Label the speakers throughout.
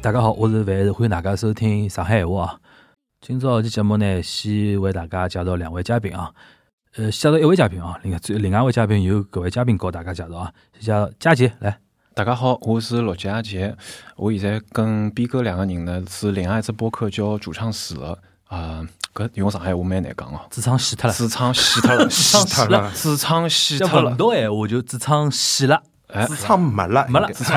Speaker 1: 大家好，我是范，欢迎大家收听上海话啊。今朝期节目呢，先为大家介绍两位嘉宾啊，呃，先介绍一位嘉宾啊，另外最另外一位嘉宾由搿位嘉宾告大家介绍啊，先介绍佳杰来。
Speaker 2: 大家好，我是陆佳杰，我现在跟斌哥两个人呢是另外一只播客叫《主唱死了》啊、搿用上海话蛮难讲哦，
Speaker 1: 主唱死脱了，
Speaker 2: 主唱死 脱了，
Speaker 1: 主唱
Speaker 2: 死
Speaker 1: 死了，
Speaker 2: 主唱死
Speaker 1: 要
Speaker 2: 脱
Speaker 1: 问
Speaker 2: 了，
Speaker 1: 到闲话就主唱死了，
Speaker 2: 哎，
Speaker 3: 子唱没了，
Speaker 1: 没了，
Speaker 3: 应该哎子
Speaker 1: 因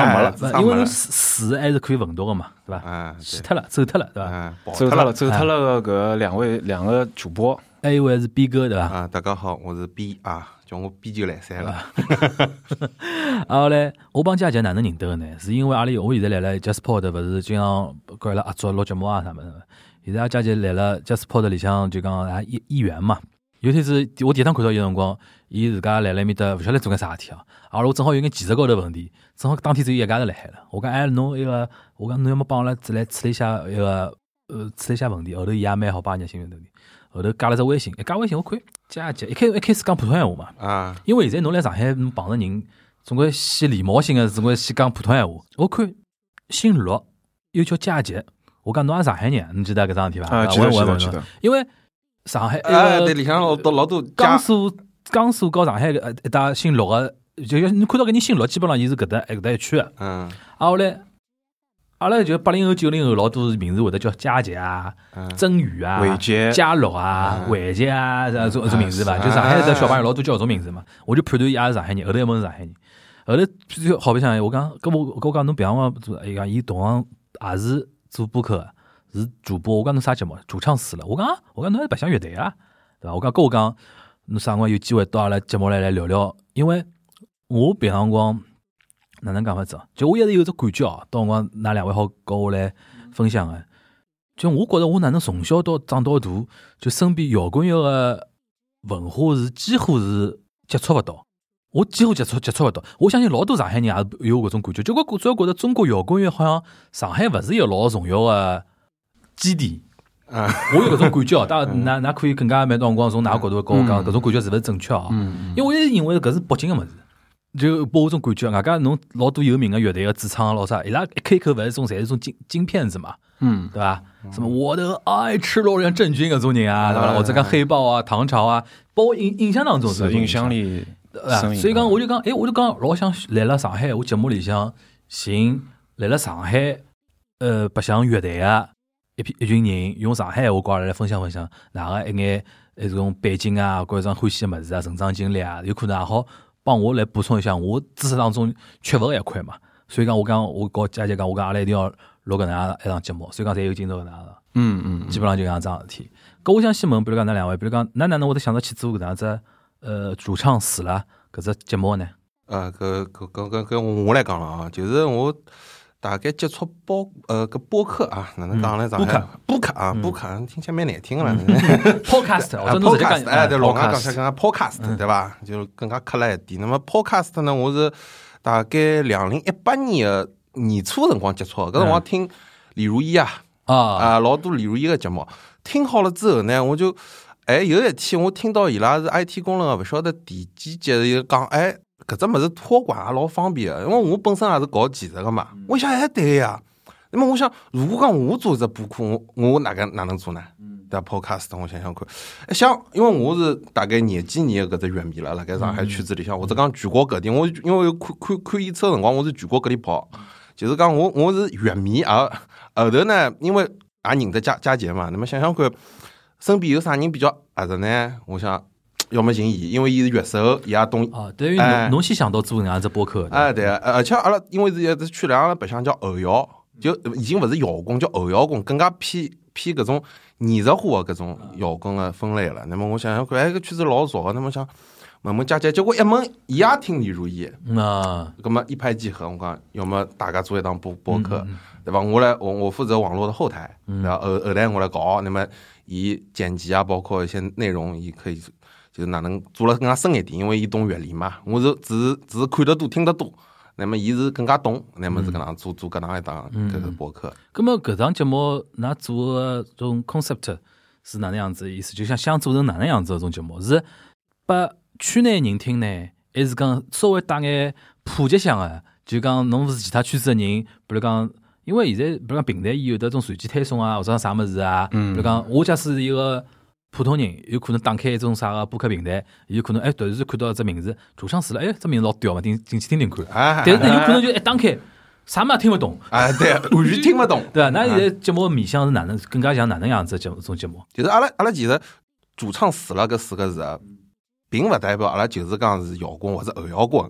Speaker 3: 唱没
Speaker 1: 为
Speaker 3: 了，
Speaker 1: 死死还是可以问到个嘛，对伐？
Speaker 3: 嗯，
Speaker 1: 死
Speaker 3: 对，
Speaker 1: 脱了，走脱了，对伐？
Speaker 3: 嗯，跑
Speaker 2: 走
Speaker 3: 脱
Speaker 2: 脱了，哎
Speaker 3: 了
Speaker 2: 走脱了个搿两位两个主播，
Speaker 1: 还有一位是逼哥，对伐？
Speaker 3: 啊！大家好，我是 B 啊，叫我 B 就来三了，
Speaker 1: 啊，后来我帮佳杰哪能认得个呢？是因为阿拉我现在来了 JustPod，勿是经常跟阿拉合作录节目啊啥物事嘛。现在阿拉佳杰来了 JustPod 里向就讲啊一一员嘛。有一天是我第一趟看到伊个辰光，伊自家来了埃面搭，勿晓得做眼啥事体啊。阿拉我正好有眼技术高头问题，正好当天只有一家头辣海了。我讲哎，侬一个，我讲侬要么帮阿拉来处理一下一个呃处理一下问题。后头伊也蛮好帮热心个问题。后头加了只微信，一加微信我看佳杰一开一开始讲普通闲话嘛。
Speaker 3: 啊，
Speaker 1: 因为现在侬来上海侬碰着人，总归先礼貌性个，总归先讲普通闲话。我看姓陆又叫佳杰，我讲侬也上海人啊，侬记得搿桩事体伐？
Speaker 2: 啊，记
Speaker 1: 我
Speaker 2: 得
Speaker 1: 也
Speaker 2: 记
Speaker 1: 我也
Speaker 2: 得
Speaker 1: 问
Speaker 2: 记
Speaker 1: 侬
Speaker 2: 得，
Speaker 1: 因为上海
Speaker 3: 哎，
Speaker 1: 呃
Speaker 3: 对，里向老多老多
Speaker 1: 江
Speaker 3: 家
Speaker 1: 苏江苏和上海搿呃一带姓陆个，就就侬看到搿人姓陆，基本上伊是搿搭呃搿搭一区个。
Speaker 3: 嗯
Speaker 1: 啊，后来阿拉就八零后、九零后老多名字会得叫佳杰啊、
Speaker 3: 嗯，
Speaker 1: 曾宇啊、
Speaker 2: 伟杰
Speaker 1: 嘉乐啊、
Speaker 3: 嗯
Speaker 1: 伟杰啊，这种这种名字吧，
Speaker 3: 是
Speaker 1: 就上海的小朋友老多叫这种名字嘛，我就判断伊也是上海人，后头一问是上海人，后头就好白相，我讲，搿我搿我讲侬别忘了做，伊讲伊同行也是做播客的，是主播，我讲侬啥节目，主唱死了，我讲啊我讲侬还是白相乐队啊，对伐？我讲搿我讲，侬啥辰光有机会到阿拉节目来来聊聊，因为我平常辰光哪能讲法子啊，就我一直有只感觉哦，到辰光㑚两位好跟我来分享个、就我觉着我哪能从小到长到大，就身边摇滚乐个文化是几乎是接触勿到，我几乎接触接触勿到。我相信老多上海人也是有搿种感觉，就我主要觉着中国摇滚乐好像上海勿是一个老重要个基地。
Speaker 3: 啊，
Speaker 1: 我有搿种感觉哦，大家㑚㑚可以更加蛮到辰光从㑚角度跟我讲，搿种感觉是勿是正确哦？
Speaker 2: 嗯，
Speaker 1: 因为我一直认为搿是北京个物事，就拨我种感觉。外加侬老多有名个乐队个主唱啊老啥，伊拉一开口勿是种侪是种金金片子嘛，
Speaker 2: 嗯，
Speaker 1: 对吧？什么我的爱赤裸人郑钧搿种人啊，对吧？
Speaker 3: 嗯
Speaker 1: 或者讲黑豹啊、唐朝啊，包括印印象当中
Speaker 2: 是
Speaker 1: 印
Speaker 2: 印象里
Speaker 1: 对吧？
Speaker 2: 声音
Speaker 1: 所以讲，
Speaker 2: 啊
Speaker 1: 我就讲，哎，我就讲老想来了上海，我节目里向寻来了上海，呃，白相乐队啊，一批一群人用上海话跟阿拉来分享分享，哪个一眼一种背景啊，或者种欢喜的物事啊，成长经历啊，有可能也好帮我来补充一下我知识当中缺乏的一块嘛。所以讲，我讲我跟佳姐讲，我讲阿拉一定要录搿能样一档节目，所以讲才有今朝搿能样。
Speaker 2: 嗯嗯，
Speaker 1: 基本上就像这样的事体。搿我想先问，比如讲，㑚两位，比如讲，㑚哪能会得想到去做搿能样只呃主唱死了搿只节 目呢？
Speaker 3: 呃，搿搿搿搿搿我来讲了啊，就是我大概接触播呃搿播客啊，哪能
Speaker 1: 嗯
Speaker 3: 讲呢？上海播客啊，播客听起来蛮难听个了。
Speaker 1: Podcast，
Speaker 3: 啊
Speaker 1: 或者侬直接讲，
Speaker 3: ，podcast，哎，对，老外
Speaker 2: podcast
Speaker 3: 讲起来讲 podcast，对伐？就更加克了一点。那么 podcast 呢，我是大概两零一八年的年初辰光接触的，搿辰光听李如一啊，
Speaker 1: 啊，
Speaker 3: 啊，老多李如一个节目，听好了之后呢，我就，哎，有一天我听到伊拉是 IT 工人啊，勿晓得第几集伊讲，哎，搿只物事托管也老方便个，因为我本身也是搞技术个嘛，我想哎对呀、那么我想，如果讲我做只播客，我我哪个哪能做呢？对吧？Podcast，我想想看，哎想，因为我是大概廿几年的搿只乐迷了，辣盖上海圈子里向，或者讲全国各地，我因为看看看演出个辰光，我是全国各地跑，就是讲我我是乐迷，而后头呢，因为也认得佳佳杰嘛，那么想想看，身边有啥人比较合适呢？我想，要么寻伊，因为伊是乐手，伊也懂
Speaker 1: 啊，等于
Speaker 3: 哎
Speaker 1: 侬侬先想到做搿能样只播客，对吧
Speaker 3: 哎，对啊，呃而且阿拉因为是一只区里，阿拉白相叫后摇，就已经勿是摇滚，叫后摇滚，更加偏偏搿种艺术化的搿种摇滚个分类了。那么我想想看，哎，搿圈子老熟个，那么想问问佳姐，结果一问，伊也听李如意，
Speaker 1: 嗯啊，
Speaker 3: 葛么一拍即合。我讲，要么大家做一档播播客，对伐？我来，我我负责网络的后台，然后后后台我来搞。那么伊剪辑啊，包括一些内容，伊可以就是哪能做了更加深一点，因为伊懂乐理嘛。我是只是只是看得多，听得多。那么伊是更加懂，那么是搿能做做搿能一档搿个播客。
Speaker 1: 葛么搿档节目㑚做个种 concept 是哪能样子的意思？就像想做成哪能样子的种节目，是拨区内人听呢，还是讲稍微带眼普及性个？就讲侬是其他圈子的人，比如讲因为现在比如讲平台伊有得种随机推送啊，或者啥么子啊，
Speaker 2: 嗯
Speaker 1: 比如讲我假使是一个普通人，有可能打开一种啥个播客平台，有可能哎突然之间看到一只名字，主唱死了，哎，这名字老屌嘛，进进去听听看。
Speaker 3: 哎，
Speaker 1: 但是呢，有可能就一打开，啥么也听不懂，
Speaker 3: 哎，对，完全听不懂。
Speaker 1: 对吧？啊那现在
Speaker 3: 嗯
Speaker 1: 节目的面向是哪能更加像哪能样子的节目？这种节目，
Speaker 3: 就是阿拉阿拉其实主唱死了搿四个字啊，并勿代表阿拉就是讲是摇滚或者后摇滚。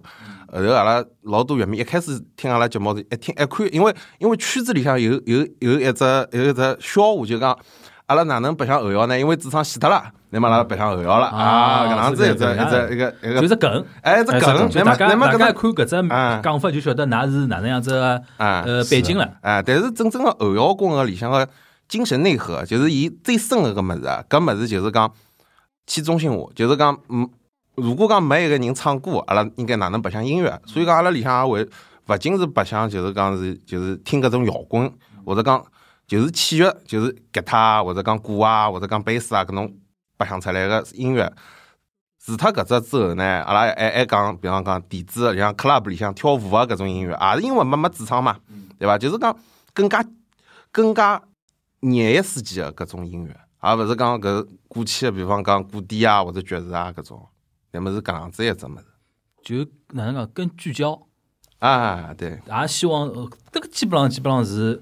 Speaker 3: 后头阿拉老多乐迷一开始听阿拉节目是一听一看，因为因为圈子里向有有有一只有一只笑话，就讲阿拉哪能白相后摇呢？因为主唱死脱了，乃末阿拉白相后摇了
Speaker 1: 啊
Speaker 3: 啊，搿能子一
Speaker 1: 是
Speaker 3: 只
Speaker 1: 搿能
Speaker 3: 一
Speaker 1: 介
Speaker 3: 只一个一
Speaker 1: 就
Speaker 3: 个
Speaker 1: 是梗。
Speaker 3: 哎，这
Speaker 2: 哎这梗
Speaker 3: 梗，
Speaker 1: 就
Speaker 3: 乃
Speaker 1: 大家
Speaker 3: 末乃末
Speaker 1: 大
Speaker 3: 搿
Speaker 1: 家看
Speaker 3: 能
Speaker 1: 搿只
Speaker 3: 啊
Speaker 1: 讲法就晓得㑚是哪能样子的
Speaker 3: 啊
Speaker 1: 呃背景了。
Speaker 3: 哎，但是真正的后摇滚个里向个精神内核，就是伊最深个搿物事啊，搿物事就是讲去中心化，就是讲嗯，如果讲没一个人唱歌，阿拉应该哪能白相音乐？所以讲阿拉里向也会勿仅是白相，就是讲是就是听搿种摇滚，或者讲就是器乐，就是吉他啊或者讲鼓啊，或者讲贝斯啊搿种白相出来个音乐。除脱搿只之后呢，阿拉还还讲，比方讲电子，像 club 里向跳舞啊搿种音乐，也是因为没没主唱嘛，对伐？就是讲更加更加廿一世纪的搿种音乐，而勿是讲搿过去的，比方讲古典啊或者爵士啊搿种，乃末是搿样子一只物事
Speaker 1: 就哪能讲更聚焦，
Speaker 3: 啊，对，
Speaker 1: 也希望呃这个基本上基本上是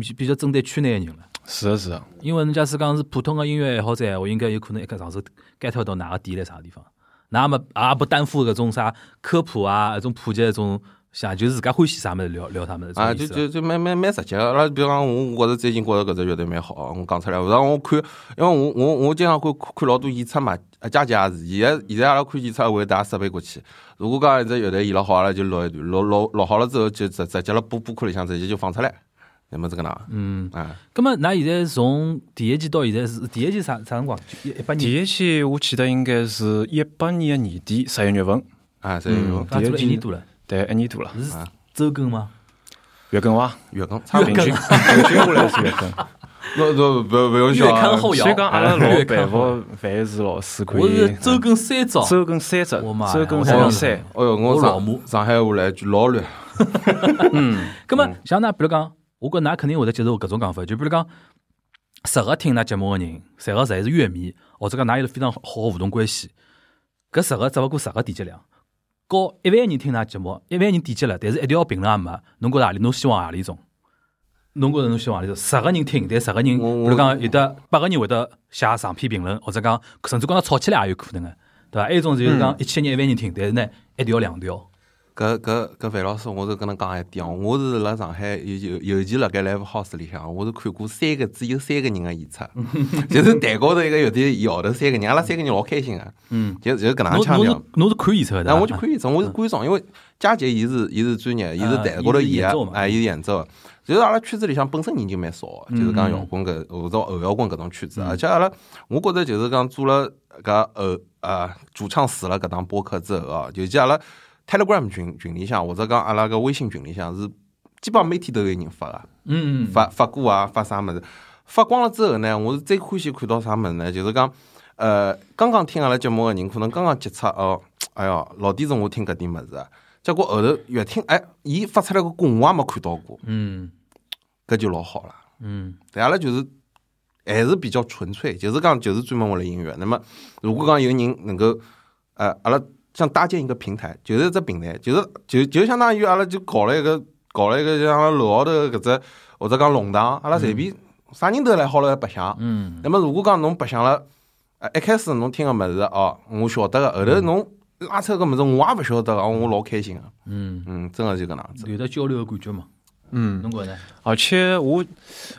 Speaker 1: 比比较针对圈内的人了。
Speaker 2: 是的，啊是的，
Speaker 1: 因为人家是讲是普通的音乐爱好者，闲话，应该有可能一个上手 get 到哪个点在啥地方，哪么也不担负搿种啥科普啊，搿种普及搿种想就是自家欢喜啥物事聊聊啥物事。
Speaker 3: 啊，
Speaker 1: 这种意思
Speaker 3: 就就就蛮蛮蛮直接的。阿拉比方我，我觉着最近觉着搿只乐队蛮好，我讲出来。然后我看，因为我我我经常看看老多演出嘛，啊，佳佳也是。现在现在阿拉看演出会带设备过去。如果讲一只乐队演了好，阿拉就录一段，录录录好了之后就直直接辣播播库里向直接就放出来。那么这个哪？
Speaker 1: 嗯，
Speaker 3: 啊，
Speaker 1: 咁么㑚现在从第一季到现在是第一季啥啥辰光？就一一八年，
Speaker 2: 第一期我记得应该是一八年的年底十一月份，
Speaker 3: 啊，所以
Speaker 2: 嗯
Speaker 3: 有
Speaker 1: 啊做了
Speaker 2: 第
Speaker 1: 一
Speaker 2: 一季
Speaker 1: 年多了，
Speaker 2: 对，一年多了，
Speaker 1: 是
Speaker 3: 啊
Speaker 1: 周更吗？
Speaker 2: 月更哇，
Speaker 3: 月更差不
Speaker 2: 平
Speaker 3: 多
Speaker 2: 均平均下来是月更。
Speaker 3: 那那不不用
Speaker 1: 月
Speaker 3: 笑
Speaker 1: 刊
Speaker 3: 啊。
Speaker 1: 后摇，
Speaker 2: 所以讲阿拉老
Speaker 1: 月
Speaker 2: 佩
Speaker 1: 刊后摇。
Speaker 2: 服范是老师可以。
Speaker 1: 我是周更三周，
Speaker 2: 周更三只，
Speaker 1: 我妈呀
Speaker 2: 周更
Speaker 1: 我才
Speaker 2: 三
Speaker 1: 想
Speaker 2: 三，
Speaker 3: 哎哟，
Speaker 1: 我
Speaker 3: 我
Speaker 1: 老母
Speaker 3: 上上海话来一句老绿，
Speaker 2: 嗯，
Speaker 1: 咁么像㑚比如讲，我觉㑚肯定会得接受搿种讲法，就比如讲，适合听㑚节目个人，适合侪是乐迷，或者讲㑚有非常好个互动关系，搿十个只勿过十个点击量，高一万人听㑚节目，一万人点击了，但是一条评论也没，侬觉着何里？侬希望何里种？侬觉着侬希望何里种？十个人听，但十个人，比
Speaker 3: 我
Speaker 1: 如讲有得八个人会得写长篇评论，或者讲甚至讲吵起来也有可能个，对伐？还有一种就是
Speaker 3: 嗯
Speaker 1: 讲一千人、一万人听，但是呢一条两条，
Speaker 3: 搿搿搿范老师，我是跟侬讲一点哦，我是辣上海，尤尤尤其辣盖 live house 里向，我是看过三个只有三个人个演出，就是台高头一个乐队，摇头三个人，阿拉三个人老开心个，
Speaker 1: 嗯，
Speaker 3: 就就是搿能
Speaker 1: 侬
Speaker 3: 腔
Speaker 1: 侬
Speaker 3: 调
Speaker 1: 是。侬是看演出个对
Speaker 3: 那
Speaker 1: 伐？
Speaker 3: 啊我 就看演出，我是观众，因为佳杰伊是伊是专业，伊是
Speaker 1: 啊
Speaker 3: 台高头
Speaker 1: 伊是
Speaker 3: 演
Speaker 1: 演奏
Speaker 3: 的
Speaker 1: 嘛，
Speaker 3: 哎，伊是演奏的。就是阿拉圈子里向本身人就蛮少的，就是
Speaker 1: 嗯
Speaker 3: 讲摇滚搿或者后摇滚搿种圈子，而且阿拉我觉着就是讲做了搿后啊主唱死了搿档播客之后啊，尤其阿拉 Telegram 群群里向或者讲阿拉个微信群里向是基本上每天都有人发个。
Speaker 1: 嗯，嗯嗯
Speaker 3: 发发歌啊，发啥物事，发光了之后呢，我是最欢喜看到啥物事呢？就是讲，呃，刚刚听阿拉节目个人，可能刚刚接触哦，哎哟，老底子我听搿点物事啊，结果后头越听，哎，伊发出来个歌我也没看到过，
Speaker 1: 嗯
Speaker 3: 搿就老好了。
Speaker 1: 嗯
Speaker 3: 对阿拉就是还是比较纯粹，就是讲就是专门为了音乐。那么如果讲有人能够，呃，阿拉想搭建一个平台，就是一只平台，就是就就相当于阿拉就搞了一个搞了一个像阿拉楼号头搿只或者讲弄堂，阿拉随
Speaker 2: 嗯
Speaker 3: 便啥人都来好了白相。
Speaker 1: 嗯，
Speaker 3: 那么如果讲侬白相了，呃，一开始侬听个物事哦，我晓得个，后头
Speaker 2: 嗯
Speaker 3: 侬拉出个物事我也勿晓得个，哦我老开心个。
Speaker 1: 嗯，
Speaker 3: 嗯，真个就搿能子。
Speaker 1: 有得交流的感觉嘛？
Speaker 2: 嗯，
Speaker 1: 侬觉呢？
Speaker 2: 而且我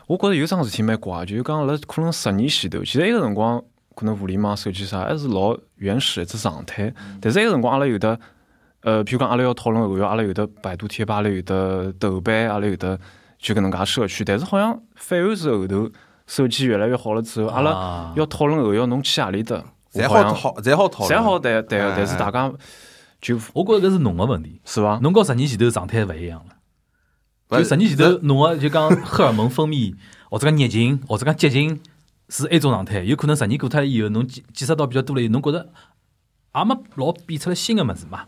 Speaker 2: 我觉着有桩事体蛮怪，啊就是讲辣可能十年前头，其实埃个辰光可能互联网、手机啥还是老原始的一只状态，
Speaker 1: 嗯
Speaker 2: 但是埃个辰光阿拉有的。呃，譬如讲，阿拉要讨论后摇，阿拉有的百度贴吧，阿拉有的豆瓣，阿拉有的就搿能介社区，但是好像反而是后头手机越来越好了之后，阿拉
Speaker 1: 啊
Speaker 2: 要讨论后摇，侬去何里搭，我
Speaker 3: 侪
Speaker 2: 好像
Speaker 3: 好讨，侪好讨论，
Speaker 2: 侪好谈谈
Speaker 3: 哎
Speaker 2: 的，但是大家就是
Speaker 1: 我觉着搿是侬个问题，
Speaker 2: 伐？
Speaker 1: 侬跟十年前头状态勿一样了。
Speaker 3: 不
Speaker 1: 就是十年前
Speaker 3: 这
Speaker 1: 头，侬个就讲荷尔蒙分泌， 或者讲热情，或者讲激情，是一种状态。有可能十年过脱了以后，侬见见识到比较多了以后，侬觉着也没老变出来新个物事嘛。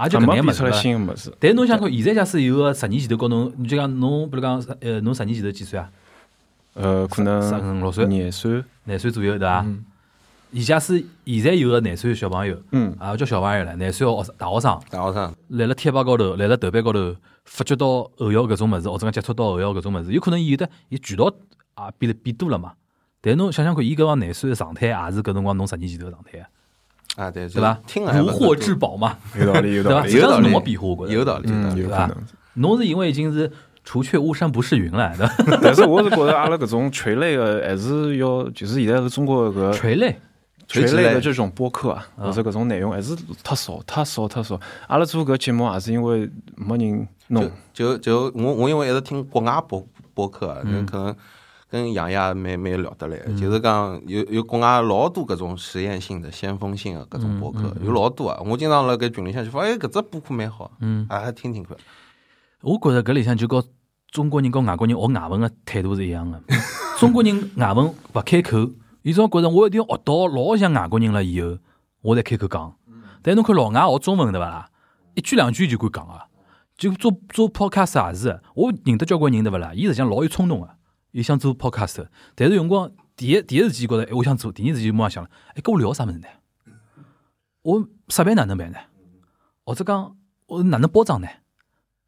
Speaker 1: 也就
Speaker 2: 还
Speaker 1: 搿
Speaker 2: 没
Speaker 1: 眼
Speaker 2: 变
Speaker 1: 物
Speaker 2: 出
Speaker 1: 事
Speaker 2: 来
Speaker 1: 了。
Speaker 2: 新的么子。
Speaker 1: 但侬想看，现在假使有个十年前头跟侬，你就讲侬，比如讲，呃，侬十年前头几岁啊？
Speaker 2: 呃，可
Speaker 1: 三
Speaker 2: 能
Speaker 1: 十六岁，
Speaker 2: 廿岁，
Speaker 1: 廿岁左右，对伐？伊假使现在有个廿岁的小朋友，
Speaker 2: 嗯
Speaker 1: 啊，叫小朋友了，廿岁的学大学生，
Speaker 3: 大学生，
Speaker 1: 辣辣贴吧高头，辣辣豆瓣高头发觉到后摇搿种物事，或者讲接触到后摇搿种物事，有可能伊有的伊渠道啊变得变多了嘛。但侬想想看，伊搿帮廿岁的状态也是搿辰光侬十年前头的状态啊，
Speaker 3: 啊，对，
Speaker 1: 对伐？
Speaker 3: 听
Speaker 1: 如获至宝嘛，
Speaker 2: 有道理，有
Speaker 1: 对
Speaker 2: 道
Speaker 1: 伐？
Speaker 2: 理，
Speaker 1: 实际
Speaker 3: 有
Speaker 1: 上
Speaker 3: 道
Speaker 1: 是
Speaker 3: 理
Speaker 1: 侬没变化，我觉着
Speaker 3: 有道理，有道
Speaker 2: 嗯，
Speaker 3: 理。
Speaker 2: 有
Speaker 1: 对
Speaker 2: 可
Speaker 1: 伐
Speaker 2: 能。
Speaker 1: 侬是因为已经是除却巫山不是云了，对伐？
Speaker 2: 但是我是觉得阿拉搿种垂类的，还是要就是现在是中国搿
Speaker 1: 垂泪，
Speaker 2: 垂
Speaker 3: 垂
Speaker 2: 类
Speaker 3: 类
Speaker 2: 的这种播客啊，或者搿种内容还是太少，太少，太少。阿拉做搿节目也是因为没人弄，
Speaker 3: 就就我我因为一直听国外播播客，
Speaker 1: 嗯
Speaker 3: 那可能跟杨洋也蛮蛮聊得来，就是讲有有国外老多搿种实验性的、先锋性的搿
Speaker 1: 嗯
Speaker 3: 种播客，有老多啊。我经常辣搿群里向就发现，哎，搿只播客蛮好，嗯，啊，听听看。
Speaker 1: 我觉着搿里向就告中国人跟外国人学外文的态度是一样的。 中国人外文勿开口，伊总觉着我一定要学到老像外国人了以后，我才开口讲。但侬看老外学中文对伐啦？一句两句就敢讲啊。就做做 podcast 也是的，我认得交关人对勿啦？伊实际上老有冲动个、啊伊想做 podcast，但是有辰光第一第一时间觉着，哎，我想做，第二时间马上想了，哎，跟我聊啥物事呢？我失败哪能办呢？或者讲我哪能包装呢？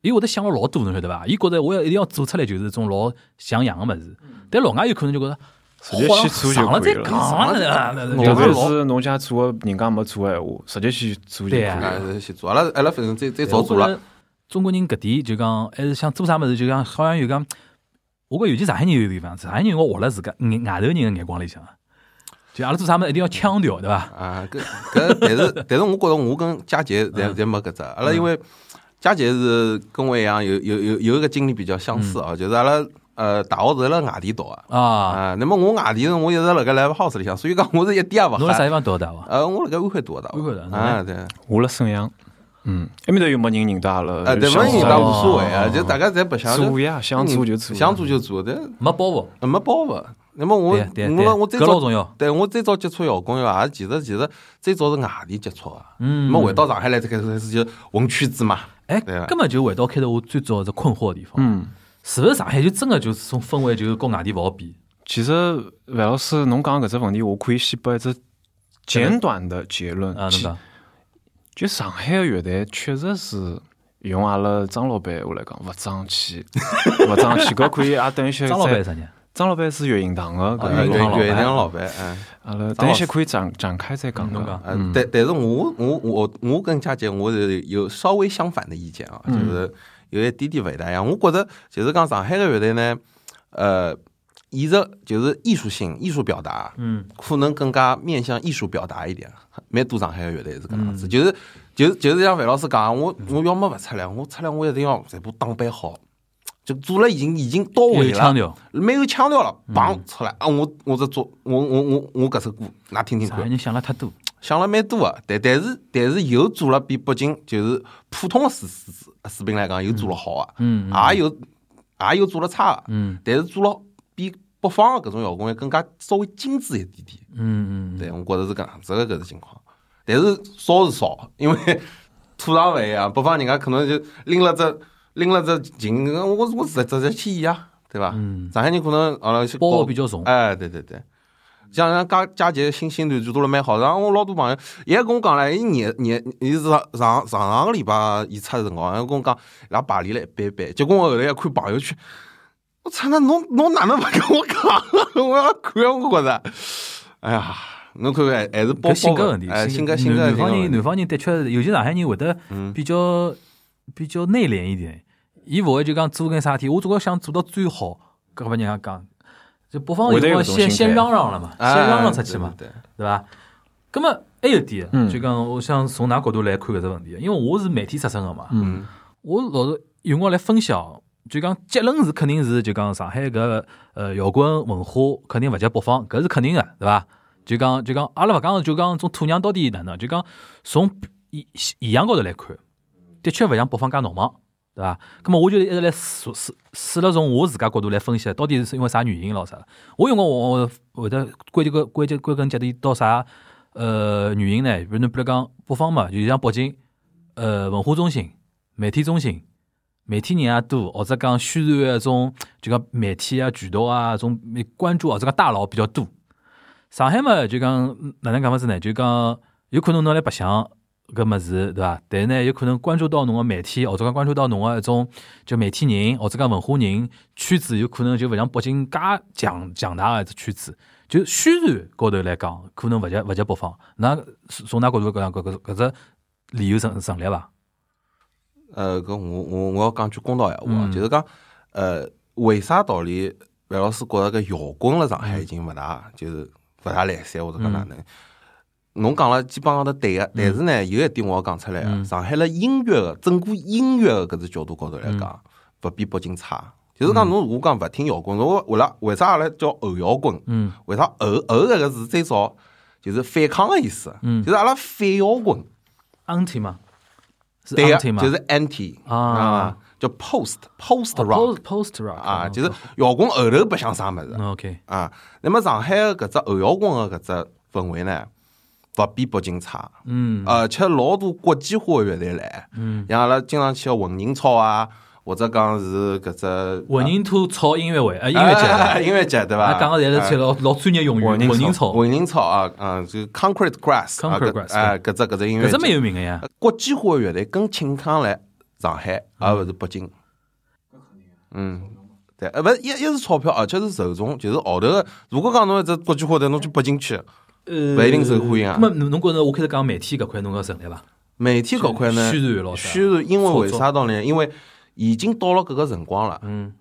Speaker 1: 伊会得想了老多，侬晓得伐？伊觉着我要一定要做出来，就是种老像样个物事。但老外有可能就觉着，
Speaker 2: 直接去做就
Speaker 1: 上了
Speaker 2: 可以
Speaker 1: 再
Speaker 2: 了
Speaker 1: 讲啊，那
Speaker 2: 特
Speaker 1: 那
Speaker 2: 别
Speaker 1: 那
Speaker 2: 是侬家做的人家没做的闲话，直接去做就可以
Speaker 1: 对啊
Speaker 3: 啊
Speaker 2: 了。，
Speaker 3: 去做，阿拉阿拉反正再再早
Speaker 1: 我觉
Speaker 3: 做
Speaker 1: 着
Speaker 3: 了，
Speaker 1: 中国人搿点就讲，还是想做啥物事，就讲好像有讲，我觉得尤其上海人有一个地方，上海人我活辣自家眼外头人的眼光里向啊，就阿拉做啥物事一定要腔调，对伐？
Speaker 3: 啊，搿搿，但是但是，我觉着我跟佳杰
Speaker 1: 嗯
Speaker 3: 侪侪没搿只，阿拉因为佳杰是跟我一样，有有有有一个经历比较相似啊，就是阿拉呃大学是辣外地读啊，
Speaker 1: 嗯啊，
Speaker 3: 啊，那么我外地人，我一直辣盖 live house 里向，所以讲我是一点也勿
Speaker 1: 侬辣啥
Speaker 3: 嗨。
Speaker 1: 地方读的大学？
Speaker 3: 呃，我辣盖安徽读的大学，
Speaker 1: 安徽的
Speaker 3: 啊，对，
Speaker 2: 我辣沈阳，嗯，埃面头又没人认得阿拉，
Speaker 3: 啊，对，
Speaker 2: 想
Speaker 3: 没人
Speaker 2: 做
Speaker 3: 家
Speaker 1: 当
Speaker 3: 无所谓啊，
Speaker 1: 哦啊
Speaker 3: 就大家侪白相，就
Speaker 2: 做呀，想做就做，
Speaker 3: 想做就做，但
Speaker 1: 没包袱，
Speaker 3: 没包袱。那么我
Speaker 1: 对对对，
Speaker 3: 我我最
Speaker 1: 搿老
Speaker 3: 早
Speaker 1: 重要。
Speaker 3: 对我最早接触摇滚乐啊，其实其实最早是外地接触啊，
Speaker 1: 嗯
Speaker 3: 那么回到上海来，这个是就混圈子嘛，
Speaker 1: 哎，
Speaker 3: 对啊
Speaker 1: 根本就回到开头我最早是困惑的地方，
Speaker 2: 嗯。
Speaker 1: 是勿是上海就真的就是种氛围就跟外地勿好比？
Speaker 2: 其实范老师，侬讲搿只问题，我可以先拨一只简短的结论。
Speaker 1: 啊，侬
Speaker 2: 其
Speaker 1: 讲，
Speaker 2: 就上海的乐坛确实是用阿拉张老板话来讲，勿争 气，勿争气。搿可以也等一些
Speaker 1: 张老板是
Speaker 2: 再，
Speaker 1: 啥人？
Speaker 2: 张老板是乐营堂的，
Speaker 1: 啊
Speaker 3: 呃
Speaker 2: 搿
Speaker 1: 乐
Speaker 2: 个
Speaker 1: 营堂
Speaker 2: 老
Speaker 1: 老板
Speaker 3: 岳阳老板，嗯。
Speaker 2: 阿拉
Speaker 1: 张
Speaker 2: 等
Speaker 1: 老
Speaker 2: 一
Speaker 1: 师
Speaker 2: 些可以展展开再讲啊
Speaker 1: 侬
Speaker 2: 的
Speaker 1: 讲。
Speaker 3: 嗯，但但是我我我我跟佳姐我是有稍微相反的意见啊，
Speaker 1: 嗯
Speaker 3: 就是有一点点勿大一样。我觉着就是讲上海的乐队呢，呃，伊的就是艺术性、艺术表达，
Speaker 1: 嗯，
Speaker 3: 可能更加面向艺术表达一点。蛮多上海的乐队是搿
Speaker 1: 嗯
Speaker 3: 能样子，就是就是就是像范老师讲，我我要么勿出来，我出来我一定要全部打扮好，就做了已经已经到
Speaker 1: 有嗯
Speaker 3: 位
Speaker 1: 腔
Speaker 3: 了，
Speaker 2: 哦
Speaker 1: 调，
Speaker 3: 没有腔调了，砰出来啊！我我这做我我我我搿首歌，㑚听听
Speaker 1: 上
Speaker 3: 看
Speaker 1: 海。人想了太多。
Speaker 3: 想了蛮多个，但但是但是有做了比北京就是普通的水水水平来讲，有做了好个，
Speaker 1: 嗯，
Speaker 3: 也有也有做了差个，
Speaker 1: 嗯
Speaker 3: 但是做了比北方的搿种摇滚乐更加稍微精致一点点。
Speaker 1: 嗯嗯嗯，
Speaker 3: 对，我觉着是搿能子个搿个情况，但是少是少，因为 土壤勿一样，北方人家可能就拎了只拎了只琴，我我直直接去伊啊，对伐？
Speaker 1: 嗯
Speaker 3: 上海人可能阿拉去
Speaker 1: 包
Speaker 3: 搞
Speaker 1: 袱比较重。
Speaker 3: 哎，对对对，像像佳佳杰新新团就做了蛮好，然后我老多朋友也跟我讲了，伊年年伊是上上上上个礼拜演出的辰光，然后跟我讲伊拉排练了一般般，结果我后来一看朋友圈。我操！那侬侬哪能 勿跟我讲？我要看我觉着，哎呀，侬看看还是包
Speaker 1: 搿性格
Speaker 3: 包
Speaker 1: 问题，
Speaker 3: 哎，性格性
Speaker 1: 性
Speaker 3: 格
Speaker 1: 南
Speaker 3: 问
Speaker 1: 方人，
Speaker 3: 题。嗯
Speaker 1: 南方人的确，尤其上海人会得比较比较内敛一点，伊勿会就讲做根啥事体，我总归想做到最好，搿勿让人家讲。就北方
Speaker 2: 会得
Speaker 1: 人
Speaker 2: 有
Speaker 1: 光
Speaker 2: 搿种
Speaker 1: 先
Speaker 2: 心
Speaker 1: 先
Speaker 2: 态
Speaker 1: 嚷嚷了嘛，
Speaker 3: 哎
Speaker 1: 先嚷嚷出去嘛，
Speaker 3: 对对对
Speaker 1: 对伐？葛么还有一点，
Speaker 2: 嗯
Speaker 1: 就讲我想从哪角度来看搿只问题，因为我是媒体出身个嘛，
Speaker 2: 음.
Speaker 3: 嗯，
Speaker 1: 我老是有辰光来分析哦，就讲结论是肯定是就讲上海搿呃摇滚文化肯定勿及北方，搿是肯定的，对伐？就讲就讲阿拉勿讲就讲种土壤到底哪能，就讲从现现象高头来看，的确勿像北方介闹忙，对伐？咁么我就一直来试试试了从我自家角度来分析，到底是因为啥原因咯啥？我有辰光我我会得归结个归结归根结底到啥呃原因呢？比如侬比如讲北方嘛，就像北京。呃文化中心、媒体中心，媒体人也多，或者讲宣传的一种就讲媒体啊、渠道啊，种关注或者讲大佬比较多。上海嘛，就讲哪能讲法子呢？就讲有可能侬来白相搿物事，对伐？但是呢，有可能关注到侬个媒体，或者讲关注到侬个一种就媒体人，或者讲文化人圈子，有可能就勿像北京介强强大个一只圈子。就宣传高头来讲，可能勿及勿及北方。那从哪角度讲，搿搿搿只理由成成立伐？
Speaker 3: 呃，搿我我我要讲句公道闲话啊，
Speaker 1: 嗯
Speaker 3: 就是讲，呃，为啥道理范老师觉着搿摇滚辣上海
Speaker 1: 嗯
Speaker 3: 已经勿大，就是勿大来三或者讲哪能？侬讲了基本上都对个，但是呢，有一点我要讲出来啊，
Speaker 1: 嗯
Speaker 3: 上海辣音乐个整个音乐个搿只角度高头来讲，
Speaker 1: 嗯
Speaker 3: 勿比北京差。就是讲，侬如果讲勿听摇滚，侬为了为啥阿拉叫后摇滚？
Speaker 1: 嗯
Speaker 3: 为啥后后搿个字最早就是反抗个意思？
Speaker 1: 嗯
Speaker 3: 就是阿拉反摇滚。
Speaker 1: ，anti 嘛，是
Speaker 3: 对
Speaker 1: anti 嘛，
Speaker 3: 就是 anti
Speaker 1: 啊
Speaker 3: 啊，叫 post post
Speaker 1: 哦 post
Speaker 3: rock
Speaker 1: 嗯 post rock
Speaker 3: 啊，就是摇滚后头白相啥么子
Speaker 1: 哦 OK，
Speaker 3: 啊。那么上海的搿只后摇滚的搿只氛围呢，勿比北京差，
Speaker 1: 嗯
Speaker 3: 而且老多国际化的乐队来，
Speaker 1: 嗯，
Speaker 3: 像阿拉经常去个混凝草啊，或者讲是搿只
Speaker 1: 混凝土草音乐会，呃，音乐节，
Speaker 3: 啊 音乐节对伐？
Speaker 1: 啊，讲个侪是
Speaker 3: 啊
Speaker 1: 些老老专业用语，
Speaker 2: 混凝
Speaker 1: 混凝
Speaker 2: 草
Speaker 1: 草，
Speaker 3: 混凝草啊，嗯，就 concrete grass，啊
Speaker 1: Concrete
Speaker 3: 搿
Speaker 1: Grass，
Speaker 3: 哎，搿只搿只音
Speaker 1: 搿
Speaker 3: 乐节
Speaker 1: 只蛮有名个呀。
Speaker 3: 国际化的乐队更倾向来上海，而勿是北京。嗯，对，呃，勿是一一是钞票，而且是受众，就是后头的。如果讲侬一只国际化的，侬去北京去，
Speaker 1: 呃
Speaker 3: 勿一定受欢迎啊
Speaker 1: 那么侬侬觉着我开始讲媒体搿块侬要成立伐？
Speaker 3: 媒体搿块呢，
Speaker 1: 宣传老啥
Speaker 3: 宣传，因为为
Speaker 1: 操作
Speaker 3: 啥道理呢？因为已经到了搿个辰光了，
Speaker 1: 嗯，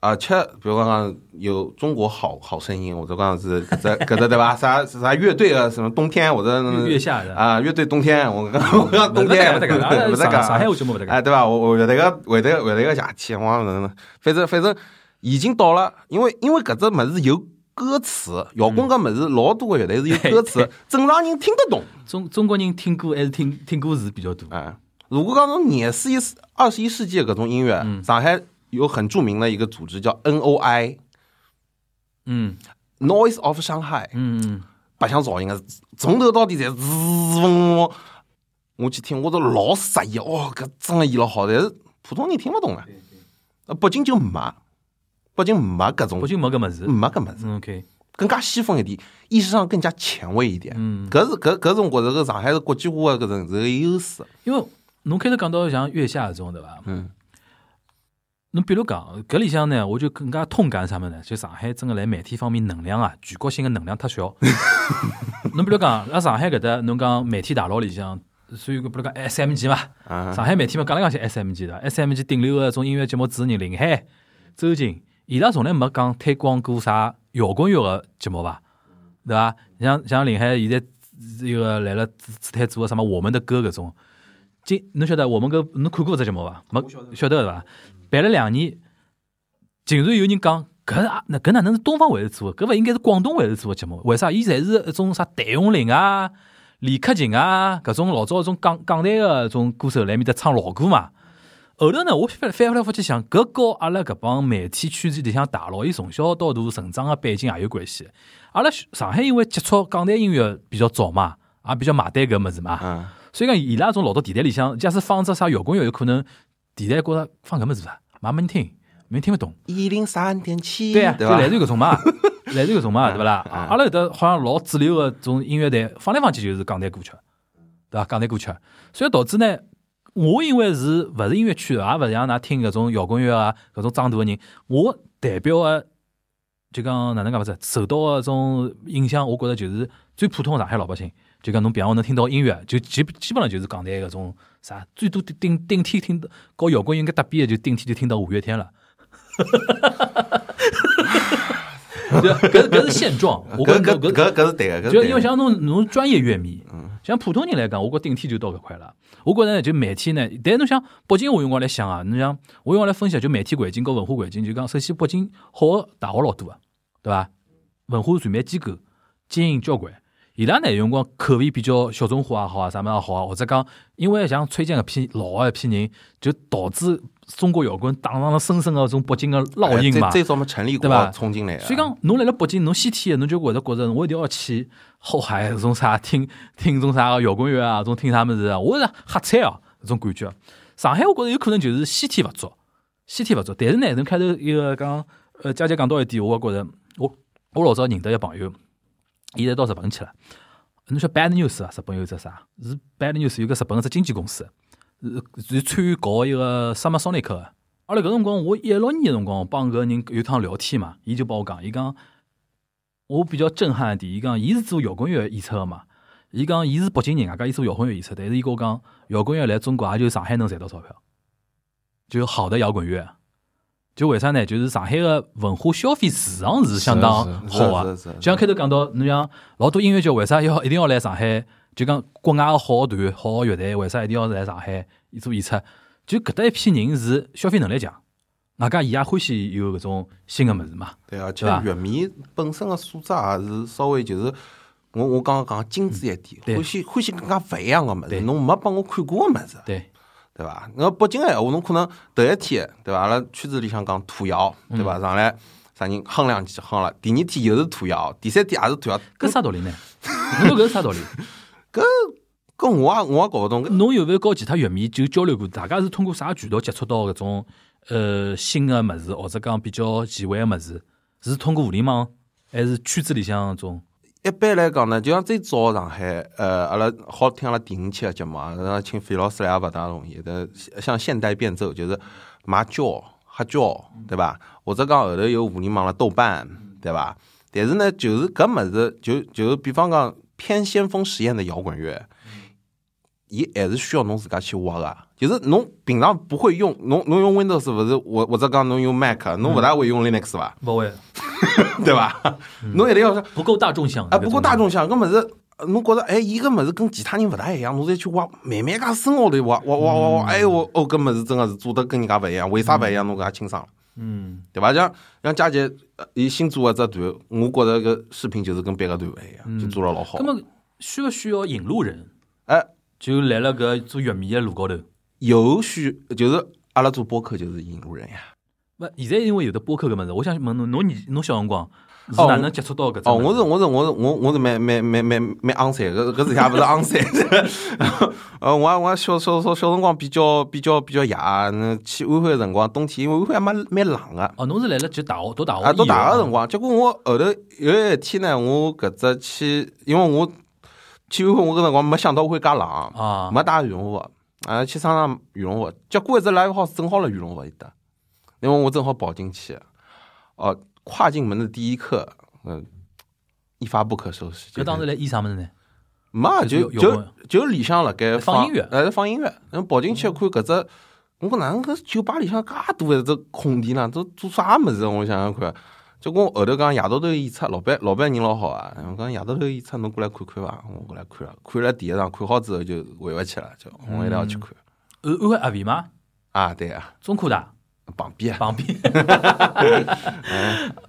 Speaker 3: 而且比如讲有中国好好声音，或者讲是搿只 搿只对伐？啥啥乐队啊，什么冬天或者
Speaker 1: 月月下嗯的，
Speaker 3: 啊，乐队冬天，我讲我讲冬
Speaker 1: 勿得
Speaker 3: 天，
Speaker 1: 讲勿得讲，啊
Speaker 3: 勿得
Speaker 1: 上
Speaker 3: 讲
Speaker 1: 上海我节目勿得讲，
Speaker 3: 哎，对吧？我我会得个会得会得个邪气，我讲哪能？反正反正已经到了，因为因为搿只物事有歌词，摇滚搿物事老多个乐队是有歌词， 正常人听得懂。
Speaker 1: 中中国人听歌还是听听歌词比较多。
Speaker 3: 哎，如果讲侬廿四一世二十一世纪的搿种音乐，上海有很著名的一个组织叫 NOI。
Speaker 1: 嗯
Speaker 3: Noise of Shanghai，
Speaker 1: 嗯嗯
Speaker 3: 白相噪音个，从头到底侪是嗡嗡嗡。我去听，我都老色一，哦，搿真个演了好，但是普通人听勿懂啊。呃北京就没，北京没搿种
Speaker 1: 北京没搿物事。
Speaker 3: 没搿么子，
Speaker 1: 嗯 OK，
Speaker 3: 更加西方一点，意识上更加前卫一点。
Speaker 1: 嗯
Speaker 3: 搿是搿搿种觉着搿上海是国际化的搿种是个优势。
Speaker 1: 因为侬开头讲到像月下这种对伐？
Speaker 3: 嗯
Speaker 1: 侬比如讲搿里向呢，我就更加痛感啥物事呢？就上海真个辣媒体方面能量啊，全国性个能量太小。侬比如讲，辣上海搿搭，侬讲媒体大佬里向，所以比如讲 SMG 嘛，
Speaker 3: 啊，
Speaker 1: 上海媒体嘛，讲来讲去 SMG 的，SMG 顶流个种音乐节目主持人林海、周瑾，伊拉从来没讲推广过啥摇滚乐个节目伐？对伐？像像林海现在这个来了自自太做个什么我们的歌搿种，今侬晓得我们搿侬看过搿只节目伐？没晓得伐？办了两年，竟然有人讲。搿啊，那搿哪能是东方卫视做的？搿勿应该是广东卫视做个节目？为啥？伊侪是一种啥谭咏麟啊、李克勤啊，搿种老早种港港台个种歌手来面搭唱老歌嘛。后头呢，我翻翻来覆去想，搿和阿拉搿帮媒体圈子里向大佬，伊从小到大成长个背景也有关系。阿拉上海因为接触港台音乐比较早嘛，也比较买单搿物事嘛，
Speaker 3: 嗯，
Speaker 1: 所以讲伊拉种老到电台里向，假使放只啥摇滚乐，有可能电台觉着放搿物事伐，也没人听，没人听勿懂。
Speaker 3: 一零三点七，
Speaker 1: 对啊，就
Speaker 3: 对伐
Speaker 1: 来？自于搿种 嘛，来自于搿种嘛，对勿啦？啊阿拉搿搭好像老主流个种音乐台，放来放去就是港台歌曲，对伐？港台歌曲，所以导致呢，我因为是勿是音乐呃圈的，也勿像㑚听搿种摇滚乐啊，搿种长大个人，我代表个就讲哪能讲法子，受到个啊种影响，我觉着就是最普通个上海老百姓。就讲侬平常能听到音乐，就基基本上就是港台搿种啥，最多顶顶顶天听到，搞摇滚应该搭边的就顶天就听到五月天了。对，搿搿是现状。我
Speaker 3: 搿
Speaker 1: 跟
Speaker 3: 搿搿搿是对个，搿是
Speaker 1: 就
Speaker 3: 对
Speaker 1: 因为
Speaker 3: 个。
Speaker 1: 像侬侬是专业乐迷，像普通人来讲，我觉顶天就到搿块了。我觉着就媒体呢，但是侬想北京，我用光来想啊，侬想我用光来分析，就媒体环境和文化环境，就讲首先北京好的大学老多啊，对伐？文化传媒机构经营交关，伊拉呢有辰光口味比较小众化也好啊，啥物事也好啊，或者讲因为像崔健搿批老的一批人，就导致中国摇滚打上了深深的这种北京的烙印嘛
Speaker 3: 哎。最最早么陈立国
Speaker 1: 对吧
Speaker 3: 冲进来个，啊
Speaker 1: 所以讲，侬来了北京，侬先天的侬就会得觉着，我一定要去 后海搿种啥听听种啥摇滚乐啊，种听啥物事啊，我是瞎猜哦，搿种感觉。上海我觉着有可能就是先天勿足，先天勿足。但是呢，侬开头一个讲，呃，佳佳讲到一点，我也觉着我我老早认得一朋友，伊现在到日本去了。侬晓得 Bad News 啊，日本有一只啥？是 Bad News 有个日本一只经纪公司，是是参与搞一个 Summer Sonic 个。阿拉搿辰光，我一六年个辰光帮搿个人有一趟聊天嘛，伊就帮我讲，伊讲我比较震撼一点，伊讲伊是做摇滚乐演出个嘛，伊讲伊是北京人，外加伊做摇滚乐演出，但是伊跟我讲，摇滚乐来中国也就上海能赚到钞票，就好的摇滚乐。就为啥呢？就是上海个文化消费市场是相当
Speaker 2: 是
Speaker 3: 是
Speaker 1: 好啊。
Speaker 3: 是是
Speaker 1: 就像开头讲到，侬像老多音乐节为啥要一定要来上海？就讲国外个好团、好乐队为啥一定要来上海做演出？就搿搭一批人是消费能力强，外加伊也欢喜有搿种新个物事嘛。
Speaker 3: 对，而且
Speaker 1: 对吧
Speaker 3: 乐迷本身的素质也是稍微就是，我我刚刚讲精致一
Speaker 1: 对
Speaker 3: 点，欢喜欢喜更加勿一样个物事，
Speaker 1: 对
Speaker 3: 侬没帮我看过个物事，
Speaker 1: 对，
Speaker 3: 对伐？那北京个闲话，侬可能头一天，对伐？阿拉圈子里向讲土窑，
Speaker 1: 嗯
Speaker 3: 对伐？上来啥人哼两句，哼了，第二天又是土窑，第三天也是土窑，
Speaker 1: 搿啥道理呢？侬说搿是啥道理？
Speaker 3: 搿我也我也搞勿懂，搿
Speaker 1: 侬有勿有和其他乐迷就交流过？大家是通过啥渠道接触到搿种呃新个物事，或者讲比较前卫个物事？是通过互联网，还是圈子里向搿种？
Speaker 3: 一般来讲呢，就像最早上海，呃，阿拉好听阿拉第五期个节目啊，然后请费老师来也勿大容易的，像现代变奏就是买胶、黑胶，对伐？或者讲后头有互联网了豆瓣，对伐？但是呢，就是搿物事，就就是比方讲偏先锋实验的摇滚乐，伊还是需要侬自家去挖个。就是侬平常不会用，侬侬用 Windows 勿是，或或者讲侬用 Mac，侬勿大会用 Linux 伐？
Speaker 1: 勿会，
Speaker 3: 对伐？侬一定要说
Speaker 1: 不够大众向
Speaker 3: 啊，不过大众向搿物事，呃侬觉着哎，伊搿物事跟其他人勿大一样，侬再去挖，慢慢介深奥的挖挖挖挖
Speaker 1: 嗯
Speaker 3: 挖，哎哟，哦，搿物事真个是做得跟人家勿一样，为啥勿一样？侬搿也清爽了，
Speaker 1: 嗯。
Speaker 3: 对伐？像像佳杰，呃伊新做个只团，我觉着搿视频就是跟别个团勿一样，就做了老好
Speaker 1: 那。嗯么需不需要引路人？
Speaker 3: 哎，
Speaker 1: 就来了搿做乐迷的路高头。
Speaker 3: 有需就是阿拉做播客就是引路人呀。
Speaker 1: 勿，现在因为有的播客搿物事，我想问侬，侬年侬小辰光是
Speaker 3: 哦
Speaker 1: 哪
Speaker 3: 我
Speaker 1: 能接触到搿种
Speaker 3: 哦，
Speaker 1: 物事？
Speaker 3: 我是我是我是我我是蛮蛮蛮蛮蛮昂塞，搿搿事体也勿是昂塞。 呃，我也我也小小小小辰光比较比较比较野，那去安徽个辰光，冬天因为安徽还蛮蛮冷个。
Speaker 1: 哦，侬是来了就大学读大学
Speaker 3: 啊，读大学
Speaker 1: 以
Speaker 3: 个
Speaker 1: 后
Speaker 3: 辰光，结果我后头有一天呢，我搿只去，因为我去安徽，我搿辰光没想到会介冷，
Speaker 1: 啊，
Speaker 3: 没带羽绒服，啊，去商场羽绒服，结果一只 live house 正好了羽绒服里搭，因为我正好跑进去，哦、跨进门的第一刻，嗯，一发不可收拾。
Speaker 1: 搿当时来演啥物事呢？
Speaker 3: 没
Speaker 1: 就有
Speaker 3: 就是
Speaker 1: 有
Speaker 3: 就就里向辣盖
Speaker 1: 放音乐
Speaker 3: 呃，放音乐，然后跑进去看搿只，我讲哪能搿酒吧里向介大一只空地呢？都做啥物事？啊我想想看。结果后头讲夜到头演出，老板老板人老好啊，我讲夜到头演出侬过来看看伐，我过来看了，看了第一场，看好之后就回勿去了，就我一定要去
Speaker 1: 嗯
Speaker 3: 看。
Speaker 1: 安安徽合肥吗？
Speaker 3: 啊，对啊，
Speaker 1: 中科大
Speaker 3: 旁边啊，
Speaker 1: 旁边。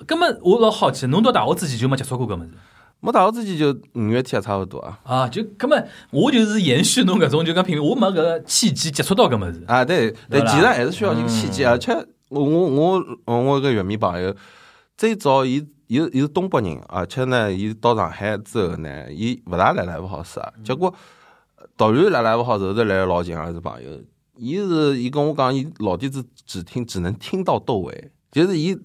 Speaker 1: 搿么我老好奇，侬到大学之前就没接触过搿物事
Speaker 3: 没大学之前就五月天也差勿多啊。
Speaker 1: 啊？就搿么我就是延续侬搿种就讲品味，我没搿个契机接触到搿物事。
Speaker 3: 啊，对，
Speaker 1: 对
Speaker 3: 但
Speaker 1: 吧嗯
Speaker 3: 其实还是需要一个契机，而且我我我我一个粤米朋友，最早伊伊是伊是东北人，而且呢，伊到上海之后呢，伊勿大来 live house
Speaker 1: 嗯
Speaker 3: 啊，结果突然来 live house 后头来了老近，还是朋友，伊是伊跟我讲，伊老底子只听只能听到窦唯，就是伊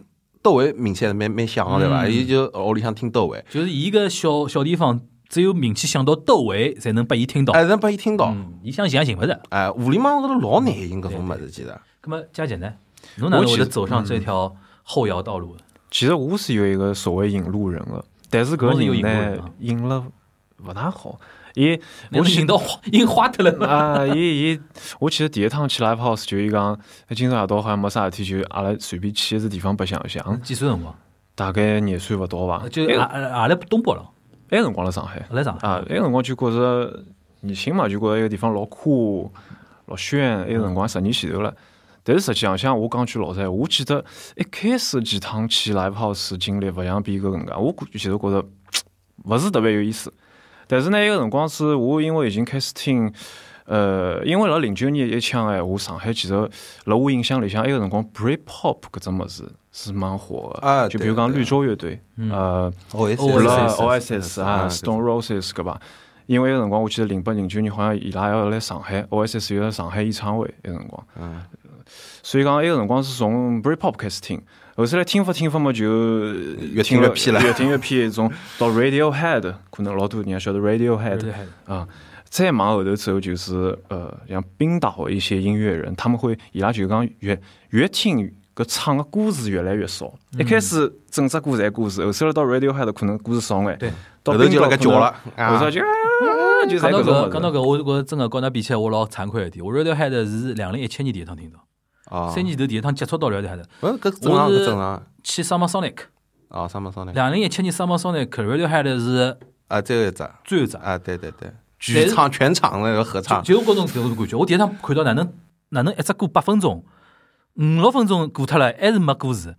Speaker 3: 窦唯明显是蛮蛮响个对伐？
Speaker 1: 嗯
Speaker 3: 伊就屋里向听窦唯。
Speaker 1: 就是伊个小小地方，只有明气想到窦唯，才能拨伊听到。
Speaker 3: 哎，能拨伊听到，
Speaker 1: 嗯，伊想想寻勿着。
Speaker 3: 哎，互联网高头老难寻搿种物事，其实。
Speaker 1: 那么佳姐呢？侬哪能会得走上这条后摇道路的？啊
Speaker 2: 其实我是有一个所谓引路人的，但是搿
Speaker 1: 侬是有
Speaker 2: 个
Speaker 1: 引路
Speaker 2: 人
Speaker 1: 人啊
Speaker 2: 呢引了勿大好。伊
Speaker 1: 我
Speaker 2: 我
Speaker 1: 寻
Speaker 2: 寻
Speaker 1: 到印花脱了。
Speaker 2: 啊，伊伊，我其实第一趟去 live house 就是讲，哎今朝夜到好像没啥事体，就阿拉随便去一只地方白相一相，
Speaker 1: 几岁辰光？
Speaker 2: 大概廿岁勿到吧。
Speaker 1: 就
Speaker 2: 埃
Speaker 1: 阿阿阿拉东北了，
Speaker 2: 埃辰光辣上海，
Speaker 1: 来上海。
Speaker 2: 啊，埃辰光就觉着年轻嘛，就觉着埃个地方老酷、老炫。埃辰光十年前头了，但是实际上像我讲句老实闲话，我记得一开始几趟去 live house 经历勿像比搿能介，我估计其实觉着勿是特别有意思。但是呢，埃个辰光是我因为已经开始听。呃，因为辣零九年一腔闲话，上海其实辣我印象里向埃个辰光 Britpop 搿只物事是蛮火的，
Speaker 3: 啊
Speaker 2: 就比
Speaker 3: 对
Speaker 2: 如讲
Speaker 3: 对
Speaker 2: 绿洲乐队，呃，
Speaker 3: 哦，
Speaker 1: 哦
Speaker 2: 啦
Speaker 1: OSS
Speaker 2: OSS 啊
Speaker 3: 啊
Speaker 2: ，Stone Roses 搿吧，因为有辰光我记得零八零九年好像伊拉要来上海，OSS 要来上海演唱会，有辰光，嗯，所以讲那个辰光是从 Breakpop 开始听，后头来听法听法嘛就
Speaker 3: 越听越偏了
Speaker 2: 越听越偏，从到 Radiohead，可能老多人也晓得 Radiohead
Speaker 1: 对
Speaker 2: 啊。再往后头之后就是呃，像冰岛的一些音乐人，他们会伊拉就讲越越听搿唱个歌词越来越少。一开始整只歌侪歌词，后头来到 Radiohead 可能歌词少眼，
Speaker 1: 对，
Speaker 2: 到
Speaker 3: 后头
Speaker 2: 冰
Speaker 3: 就
Speaker 2: 岛
Speaker 3: 辣
Speaker 2: 可
Speaker 3: 盖
Speaker 2: 能
Speaker 3: 叫了
Speaker 2: 后
Speaker 3: 啊
Speaker 2: 头就啊就
Speaker 1: 讲到
Speaker 2: 侪搿
Speaker 1: 搿讲到
Speaker 2: 种物事。
Speaker 1: 搿，我我真个跟㑚比起来，我老惭愧一点。我 Radiohead 是两零一七年第一趟听到，
Speaker 3: 啊，
Speaker 1: 三年头第一趟接触到 Radiohead，
Speaker 3: 嗯，搿正常，
Speaker 1: 我是
Speaker 3: 搿正常
Speaker 1: 去 Summer Sonic。
Speaker 3: 啊，啥么啥呢？
Speaker 1: 两零一七年 Summer Sonic，Radiohead 是
Speaker 3: 啊，最后一只啊，
Speaker 1: 最后一只，
Speaker 3: 对对对，
Speaker 1: 但
Speaker 3: 全
Speaker 1: 是
Speaker 3: 场全场那个合唱，
Speaker 1: 就就我搿种搿种感觉。我第一趟看到哪能哪能一只歌八分钟，五六分钟过脱了，还是没故事。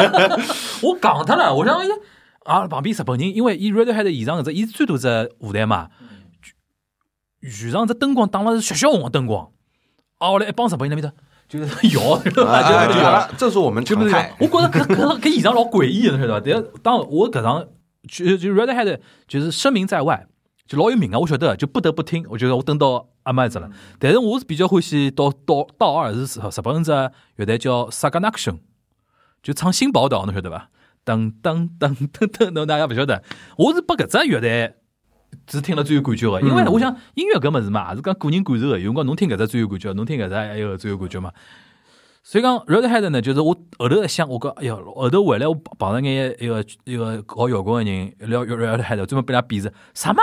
Speaker 1: 我戆脱了，我想哎呀，啊旁边日本人，因为伊 Radiohead 现场搿只，伊是最大只舞台嘛，全场只灯光打了是血血红个灯光，啊，我来一帮日本人那边头就是 摇，就是
Speaker 3: 啊啊，就
Speaker 1: 摇
Speaker 3: 好。了，这是我们常
Speaker 1: 是
Speaker 3: 态。
Speaker 1: 我觉着搿搿搿现场老诡异的，晓得伐？但是当我搿场就就 Redhead 就是声名在外，就老有名啊，我晓得，就不得不听。我觉得我等到阿妈一
Speaker 3: 嗯
Speaker 1: 只了，但是我是比较欢喜到到到二是日日本只乐队叫 Sagan Action，就唱新宝岛，侬晓得伐？噔噔噔噔噔，侬大家勿晓得，我是拨搿只乐队。是听了最有感觉个，因为
Speaker 3: 嗯
Speaker 1: 我想音乐搿物事嘛，也是讲个人感受个。有辰光侬听搿只最有感觉，侬听搿只还有最有感觉嘛。所以讲 Redhead 呢，就是我后头一想，我讲哎哟，后头回来我碰着眼一个一个搞摇滚的人聊 Redhead，专门被他鄙视，啥 嘛？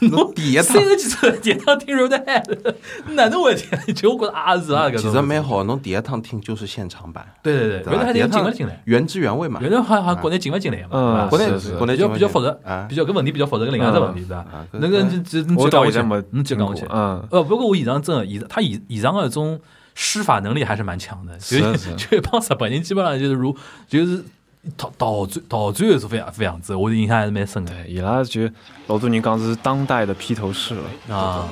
Speaker 1: 侬
Speaker 3: 第一趟
Speaker 1: 三十几岁第一趟听 Redhead，哪能会听？ 就我觉得也是啊，搿
Speaker 3: 嗯其
Speaker 1: 种
Speaker 3: 实蛮好，侬第一趟听就是现场版，
Speaker 1: 对对对
Speaker 3: 对吧？第
Speaker 1: ，Redhead
Speaker 3: 一
Speaker 1: 进
Speaker 3: 趟
Speaker 1: 勿进来？
Speaker 3: 原汁原味嘛。
Speaker 1: 原来好像国内进勿进来嘛？
Speaker 2: 嗯
Speaker 1: 对吧
Speaker 3: 啊国内
Speaker 2: 是是
Speaker 3: 国内
Speaker 1: 比较
Speaker 3: 就
Speaker 1: 比较复杂
Speaker 3: 啊，
Speaker 1: 比较搿问题比较复杂，搿另外一只问题是吧
Speaker 3: 啊？
Speaker 1: 那个就就你
Speaker 2: 我
Speaker 1: 接
Speaker 2: 到
Speaker 1: 讲
Speaker 2: 现
Speaker 1: 我
Speaker 2: 在
Speaker 1: 去
Speaker 2: 没，
Speaker 1: 你接
Speaker 2: 听
Speaker 1: 讲我
Speaker 2: 过
Speaker 1: 去，，
Speaker 2: 嗯，
Speaker 1: 呃，不过我现场真的，现他现现场的这种施法能力还是蛮强的，就是是
Speaker 2: 是
Speaker 1: 就一帮日本人基本上就是如就是陶陶醉陶醉的是非常非常子，我印象还是蛮深的
Speaker 2: 对，伊拉就老多人讲是当代的披头士了。
Speaker 1: 啊。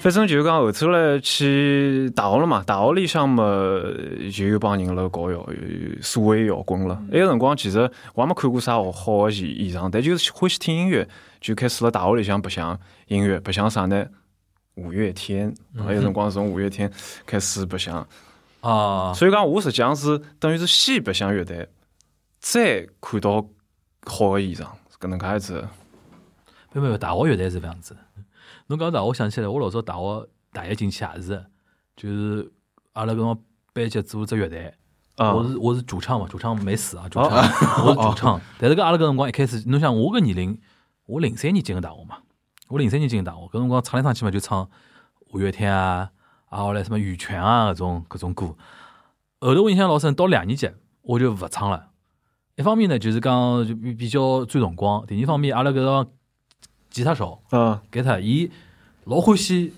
Speaker 2: 反正就是讲后头来去大学了嘛，大学里向嘛就有帮人辣搞摇所谓摇滚了。
Speaker 1: 嗯
Speaker 2: 那个辰光其实我也没看过啥好好的现现场，但就是欢喜听音乐，就开始辣大学里向白相音乐，白相啥呢？五月天，
Speaker 1: 嗯
Speaker 2: 那个辰光是从五月天开始白相。
Speaker 1: 啊，
Speaker 2: 所以讲，我实际上是等于是先白相乐队，再看到好的现场，是搿能介一只。
Speaker 1: 没有没有，大学乐队是这样子的。侬讲大学想起来，我老早大学大一进去也是的，就是阿拉搿帮班级组了只乐队。
Speaker 2: 啊
Speaker 1: 我是我是主唱嘛，主唱没死啊，主唱， 我是主唱。但是搿阿拉搿辰光一开始，侬想我搿年龄，我零三年进个大学嘛，我零三年进个大学，搿辰光唱来唱去嘛就唱五月天啊，啊后来什么羽泉啊搿种搿种歌。后头我印象老深，到两年级我就勿唱了。一方面呢，就是讲就比比较占辰光；第二方面，阿拉搿个吉他手
Speaker 2: 啊，
Speaker 1: 吉他，伊老欢喜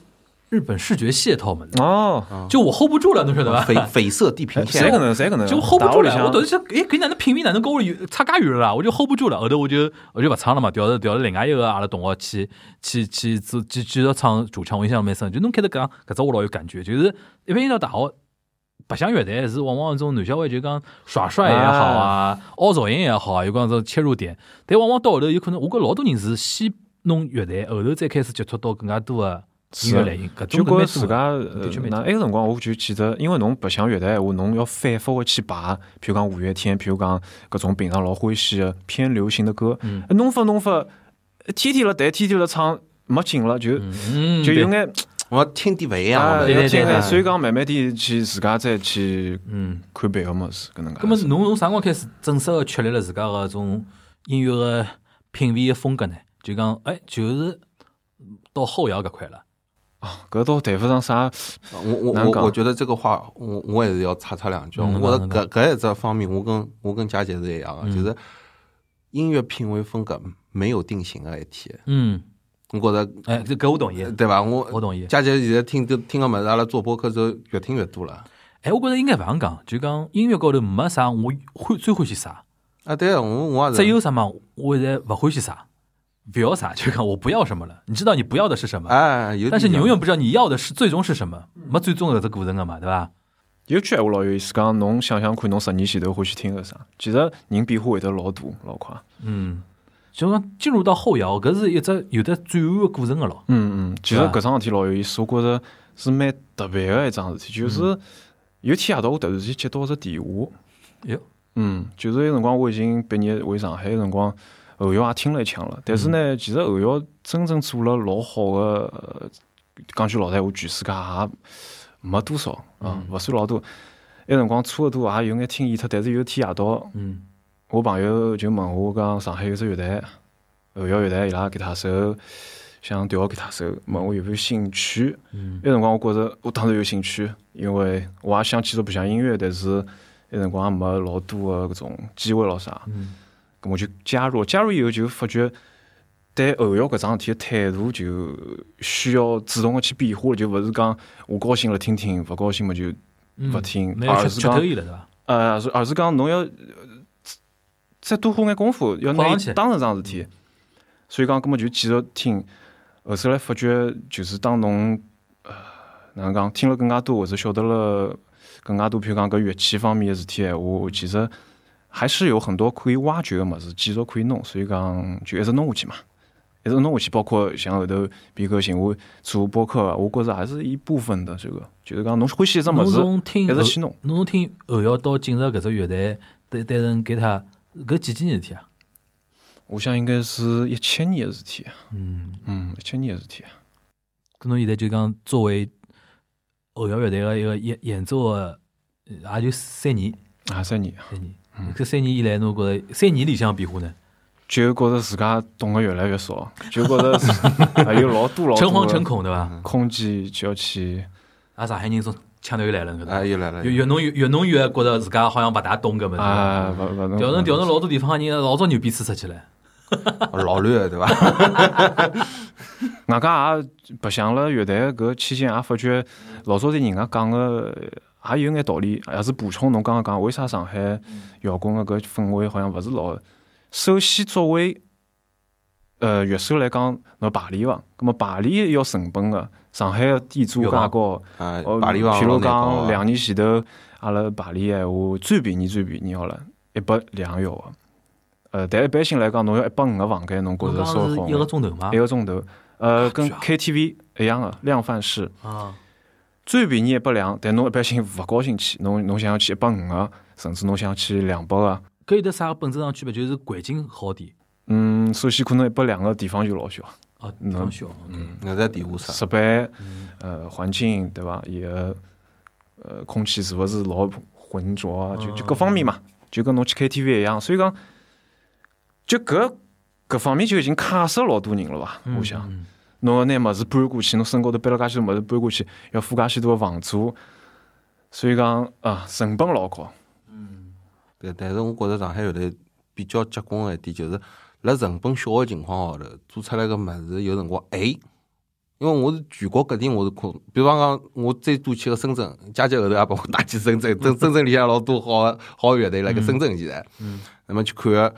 Speaker 1: 日本视觉系套么子，
Speaker 2: 哦，
Speaker 1: 就我 hold 不住了，侬晓得伐？
Speaker 3: 绯绯色地平
Speaker 2: 谁
Speaker 3: 线
Speaker 2: 可，能谁可能
Speaker 1: 就 hold 不
Speaker 2: 嗯打
Speaker 1: 住
Speaker 2: 屋里
Speaker 1: 了，
Speaker 2: 向
Speaker 1: 我等于想，哎，搿哪能平民哪能跟我有差介远了啦？我就 hold 不住了，后头我就我就勿唱了嘛，调到调到另外一个阿拉同学去去去做继继续唱主唱，我印象蛮深。就侬开头讲搿只我老有感觉，就是一般一到大学。白相乐队是往往种男小孩就讲耍帅也好啊，凹造型也好啊，有讲种切入点，但往往到后头有可能，我觉老多人是先弄乐队，后头再开始接触到更加多的音乐类型，搿
Speaker 2: 就
Speaker 1: 种
Speaker 2: 觉
Speaker 1: 搿
Speaker 2: 自
Speaker 1: 蛮多
Speaker 2: 家
Speaker 1: 的
Speaker 2: 呃
Speaker 1: 的确蛮
Speaker 2: 那
Speaker 1: 多
Speaker 2: 埃个辰光，我就记得，因为侬白相乐队闲话，侬要反复个去排，譬如讲五月天，譬如讲搿种平常老欢喜个偏流行的歌，
Speaker 1: 嗯
Speaker 2: 哎弄法弄法，天天辣弹，天天辣唱，没劲了，就
Speaker 1: 嗯，
Speaker 2: 就
Speaker 1: 对
Speaker 2: 有眼
Speaker 3: 我要听点勿一样
Speaker 2: 啊，
Speaker 3: 的
Speaker 1: 对
Speaker 3: 嘛。
Speaker 1: 对
Speaker 2: 要听
Speaker 1: 对
Speaker 2: 眼，
Speaker 1: 对
Speaker 2: 所以讲慢慢地去自家再去
Speaker 1: 嗯。
Speaker 2: 看别个物事，搿能介。
Speaker 1: 咁么侬从啥辰光开始正式个确立了自家个种音乐个品味个风格呢？就讲，哎，就是到后摇搿块了。
Speaker 2: 哦搿倒谈勿上啥，
Speaker 3: 我我
Speaker 2: 难讲
Speaker 3: 我我觉得这个话，我我也是要插插两句。
Speaker 1: 嗯
Speaker 3: 我
Speaker 1: 能
Speaker 3: 搿搿一只方面，我跟我跟佳姐是一样的，就是音乐品味风格没有定型的一天。
Speaker 1: 嗯，
Speaker 3: 我觉得
Speaker 1: 哎，这搿我同意，
Speaker 3: 对吧？
Speaker 1: 我
Speaker 3: 我
Speaker 1: 同意。
Speaker 3: 佳姐现在听听个么子，阿拉做播客之后越听越多了。
Speaker 1: 哎，我觉着应该勿样讲，就讲音乐高头没啥我欢最欢喜啥，
Speaker 3: 啊，对啊，我我也
Speaker 1: 只
Speaker 3: 是。
Speaker 1: 有啥嘛，我现在勿欢喜啥，不要啥，就讲我不要什么了。你知道你不要的是什么，
Speaker 3: 哎，有点
Speaker 1: 但是你
Speaker 3: 像
Speaker 1: 永远不知道你要的是最终是什么，没最终搿只过程个嘛，对伐？
Speaker 2: 有句闲话老有意思，讲侬想想看，侬十年前头欢喜听个啥？其实人变化会得老大老快。
Speaker 1: 嗯，就讲进入到后摇，搿是一只有得转换个过程个咯。
Speaker 2: 嗯嗯，其实
Speaker 1: 对吧
Speaker 2: 搿桩事体老有意思，我觉着是蛮特别个一桩事体，就是有一天夜到我突然之间接到只电话，
Speaker 1: 哟，
Speaker 2: 嗯，就是那辰光我已经毕业回上海的辰光，后摇也听了一腔了，但是呢，其实后摇真正做了老好个，呃讲句老实闲话，全世界也没多少啊，勿算老多。那辰光差勿多也有眼听厌脱，但是有一天夜到，
Speaker 1: 嗯
Speaker 2: 我朋友就问我讲，上海有只乐队，后摇乐队伊拉吉他手想调个吉他手，问我有没有兴趣。
Speaker 1: 嗯
Speaker 2: 那辰光我觉着我当然有兴趣，因为我也想继续白相音乐，但是那辰光也没老多的搿种机会咯啥。
Speaker 1: 嗯
Speaker 2: 咁我就加入，加入以后就发觉对后摇搿桩事体的态度就需要主动个去变化，就勿是讲我高兴了听听，勿高兴嘛就
Speaker 1: 嗯
Speaker 2: 勿听
Speaker 1: 没，
Speaker 2: 而
Speaker 1: 有吃
Speaker 2: 是
Speaker 1: 吃头
Speaker 2: 讲
Speaker 1: 伊了，对伐？
Speaker 2: 呃，是而是讲侬要呃再多花眼功夫，要拿
Speaker 1: 花上
Speaker 2: 伊
Speaker 1: 去
Speaker 2: 当成桩事体。所以讲，葛末就继续听，后头来发觉，就是当侬呃哪能讲，听了更加多，或者晓得了更加多，譬如讲搿乐器方面个事体，闲话，其实还是有很多可以挖掘个物事，继续可以弄。所以讲，就一直弄下去嘛。一直弄下去，包括像后头比哥寻我做播客啊，我觉着还是一部分的这个，就是讲侬欢喜一只物
Speaker 1: 侬
Speaker 2: 事，
Speaker 1: 从听
Speaker 2: 一
Speaker 1: 后
Speaker 2: 直去弄。
Speaker 1: 侬从听后摇到进入搿只乐队，担担任给他搿几几年事体啊？
Speaker 2: 我想应该是一七年的事体，
Speaker 1: 嗯，
Speaker 2: 嗯，一七年的事体。
Speaker 1: 搿侬现在就讲作为后摇乐队个一个演演奏个，呃也就三年
Speaker 2: 啊，三年，
Speaker 1: 三年。
Speaker 2: 嗯
Speaker 1: 搿三年以来，侬觉着三年里向变化呢？
Speaker 2: 就觉着自家懂得越来越少， 就觉着还啊有老多老多
Speaker 1: 诚惶
Speaker 2: 的
Speaker 1: 诚恐，对伐？
Speaker 2: 空间就要去，
Speaker 1: 啊，上海人从腔调又来了，搿
Speaker 3: 哎，
Speaker 1: 种
Speaker 3: 又来了
Speaker 1: 越。越弄越越弄越觉着自家好像勿大懂搿物事。
Speaker 2: 啊，勿勿能
Speaker 1: 调成调成老多地方个人老早牛逼吹出去了。
Speaker 3: 老乱对吧？
Speaker 2: 外加也白相了乐队搿期间，也发觉老早对人家讲个也有眼道理，也是补充侬刚刚讲为啥上海摇滚个搿氛围好啊像勿是老。首先，作为呃乐手来讲，侬要排练伐？葛么排练要成本个，上海个地租介
Speaker 1: 有伐
Speaker 2: 高，
Speaker 3: 啊，
Speaker 2: 哦，
Speaker 3: 巴黎王
Speaker 2: 譬如
Speaker 3: 老难搞
Speaker 2: 讲
Speaker 3: 啊
Speaker 2: 两年前头，阿拉排练闲话最便宜最便宜好了，一百两个号。呃，但一般性来讲，侬要一百五个房间，侬觉
Speaker 1: 侬
Speaker 2: 着哎
Speaker 1: 讲
Speaker 2: 稍
Speaker 1: 是
Speaker 2: 好
Speaker 1: 一个钟头嘛
Speaker 2: 一？个钟头，呃，跟
Speaker 1: 啊
Speaker 2: KTV 一样的量贩式，
Speaker 1: 啊，
Speaker 2: 最便宜一百两，但侬一般性勿高兴去，侬侬想要去一百五个，甚至侬想要去两百啊个，
Speaker 1: 搿有得啥本质上区别？就是环境好点。
Speaker 2: 嗯，首先可能一百两个地方就老小，
Speaker 1: 哦，
Speaker 2: 嗯
Speaker 1: 装修，嗯，
Speaker 3: 我啊在地下室。
Speaker 2: 设备，呃，环境对伐？伊个呃，空气是勿是老浑浊啊？就就各方面嘛，
Speaker 1: 嗯
Speaker 2: 就跟侬去 KTV 一样。所以讲，就搿搿方面就已经卡死老多人了伐？我想，
Speaker 1: 嗯
Speaker 2: 侬要拿物事搬过去，侬身高头背了介许多物事搬过去，要付介许多房租，所以讲啊，成本老高。
Speaker 3: 对，但是我觉着上海后头比较结棍个一点，就是辣成本小个情况下头，做出来个物事有辰光哎，因为我是全国各地我是看，比方讲我最多去个深圳，姐姐后头也帮我带去深圳，深深圳里向老多好的好的乐队辣盖深圳现在，那么去看个。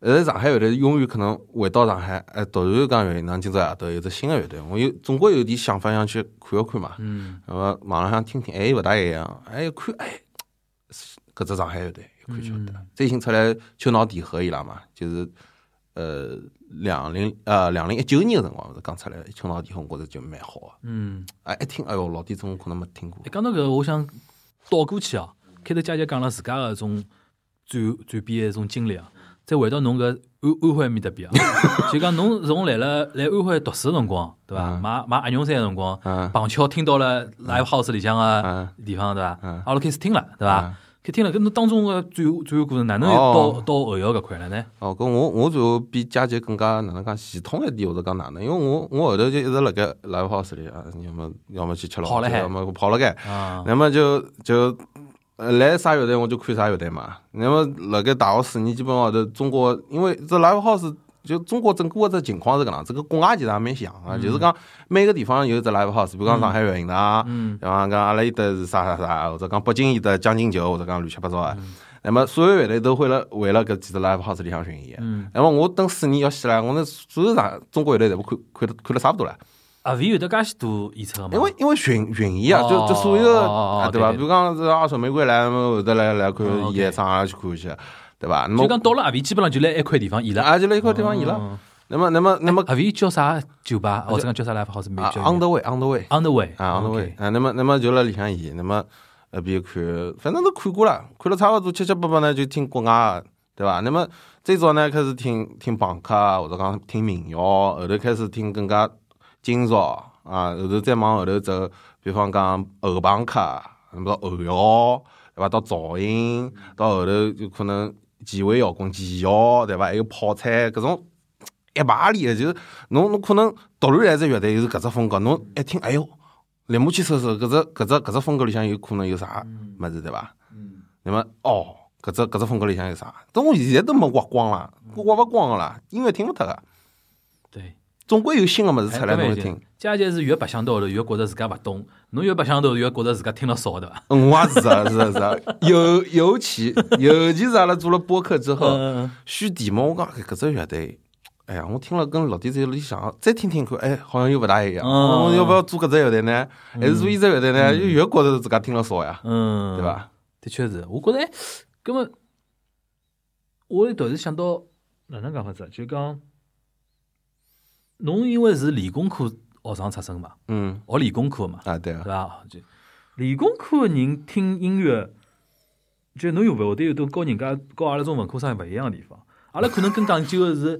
Speaker 3: 呃，上海乐队永远可能回到上海，哎，突然讲乐队，今朝夜头有只新的乐队，我有总归有点想法想去看一看嘛。
Speaker 1: 嗯，
Speaker 3: 那么网浪向听听，哎，勿大一样，哎，一看哎，搿只上海乐队，一看晓得
Speaker 1: 嗯
Speaker 3: 了。最新出来秋脑底河伊拉嘛，就是呃两零呃两零一九年个辰光，勿是刚出来秋脑底河，我觉着就蛮好个。
Speaker 1: 嗯，
Speaker 3: 哎，一听，哎哟，老点子我可能没听过
Speaker 1: 哎，。讲到搿，我想倒过去啊，开头佳姐讲了自家个一种转转变的一种经历啊，再回到侬搿安安徽埃面搭边 啊，就讲侬从来了来安徽读书个辰光，对伐？
Speaker 3: 嗯
Speaker 1: 买买鸭绒衫个辰光，
Speaker 3: 嗯
Speaker 1: 碰巧听到了 live house 里向个
Speaker 3: 嗯
Speaker 1: 地方，对伐
Speaker 3: 嗯？
Speaker 1: 阿拉开始听了，对伐
Speaker 3: 嗯？
Speaker 1: 开听了，搿侬当中个转转换过程哪能又
Speaker 3: 哦
Speaker 1: 到到后摇搿块了呢？
Speaker 3: 哦，搿我我最后比佳杰更加哪能讲系统一点，或者讲哪能？因为我我后头就一直辣盖 live house 里啊，要么要么去吃
Speaker 1: 跑
Speaker 3: 老
Speaker 1: 了
Speaker 3: 酒，
Speaker 1: 海
Speaker 3: 要么我跑了盖。
Speaker 1: 啊，
Speaker 3: 那么就就呃来啥乐队我就看啥乐队嘛。那么辣盖大学四年，基本上头中国，因为这 live house 就中国整个的这情况是搿能，这个国外其实也蛮像啊，就是讲每个地方有只 live house，比如讲上海乐营堂，
Speaker 1: 嗯
Speaker 3: 对伐？讲阿拉伊搭是啥啥啥，或者讲北京伊搭将进酒，或者讲乱七八糟啊。那么所有乐队都会了为了搿几只 live house 里向巡演。
Speaker 1: 嗯，
Speaker 3: 那么我等四年要死了，我那所有上中国乐队全部看看得看了差不多了。
Speaker 1: 啊，V 有得介许多演出个嘛？
Speaker 3: 因为因为巡巡演啊，就就所有
Speaker 1: 嗯哦
Speaker 3: 的
Speaker 1: 哦哦
Speaker 3: 啊，
Speaker 1: 哦
Speaker 3: 对吧？
Speaker 1: 对对
Speaker 3: 比如讲是二手玫瑰来，那么后头来来看
Speaker 1: 哦，OK
Speaker 3: 演唱啊去看去，对吧？那么
Speaker 1: 就讲到了阿 V，基本上就辣一块地方演了。
Speaker 3: 啊，就来一块地方演了。
Speaker 1: 嗯
Speaker 3: 那么那么那么
Speaker 1: 阿 V 叫啥酒吧？或者讲叫啥 live house 没
Speaker 3: 啊
Speaker 1: 叫
Speaker 3: ，on the way，on the way
Speaker 1: On the way
Speaker 3: 啊，on the way
Speaker 1: OK
Speaker 3: 啊，那么那么就辣里向演，那么呃边看，反正都看过了，看了差不多七七八八呢，就听国外的，对吧？那么最早呢开始听听朋克啊，或者讲听民谣，后头开始听更加今朝啊，后头再往后头走，比方讲后朋克，啊那么到后摇，对伐？到噪音，到后头就可能前卫摇滚、前摇，对伐？还有泡菜，搿种一排里的，就是侬侬可能突然来只乐队就是搿只风格，侬一听，哎哟，立马去搜搜搿只搿只搿只风格里向有可能有啥
Speaker 1: 嗯
Speaker 3: 物事，对伐？那么哦，搿只搿只风格里向有啥？但我现在都没挖光啦，
Speaker 1: 嗯
Speaker 3: 我挖勿光个啦，音乐听勿脱个，
Speaker 1: 对，
Speaker 3: 总归有新个物事出来
Speaker 1: 哎搿
Speaker 3: 侬
Speaker 1: 么
Speaker 3: 会
Speaker 1: 已经
Speaker 3: 听。
Speaker 1: 佳杰是越白相到后头越觉着自家勿懂，侬越白相到后头越觉着自家听了少，对伐？
Speaker 3: 嗯，我也是啊，是啊，是啊，尤尤其尤其是阿拉做了播客之后，
Speaker 1: 嗯，
Speaker 3: 选题目我讲哎搿只乐队，哎呀，我听了跟老弟在里想，再听听看，哎，好像又勿大一样。
Speaker 1: 嗯
Speaker 3: 我要不要做搿只乐队呢？还是做伊只乐队呢？就越觉着自家听了少呀，
Speaker 1: 嗯，
Speaker 3: 对？伐？
Speaker 1: 的确是，我觉着，哎，搿么，我突然想到哪能讲法子啊，就讲，侬因为是理工科学生出身嘛，
Speaker 3: 嗯，
Speaker 1: 学理工科嘛，
Speaker 3: 啊，对啊
Speaker 1: 对。伐？就理工科的人听音乐，就侬有勿会得有种跟人家跟阿拉种文科生勿一样的地方。阿拉可能更讲究的 是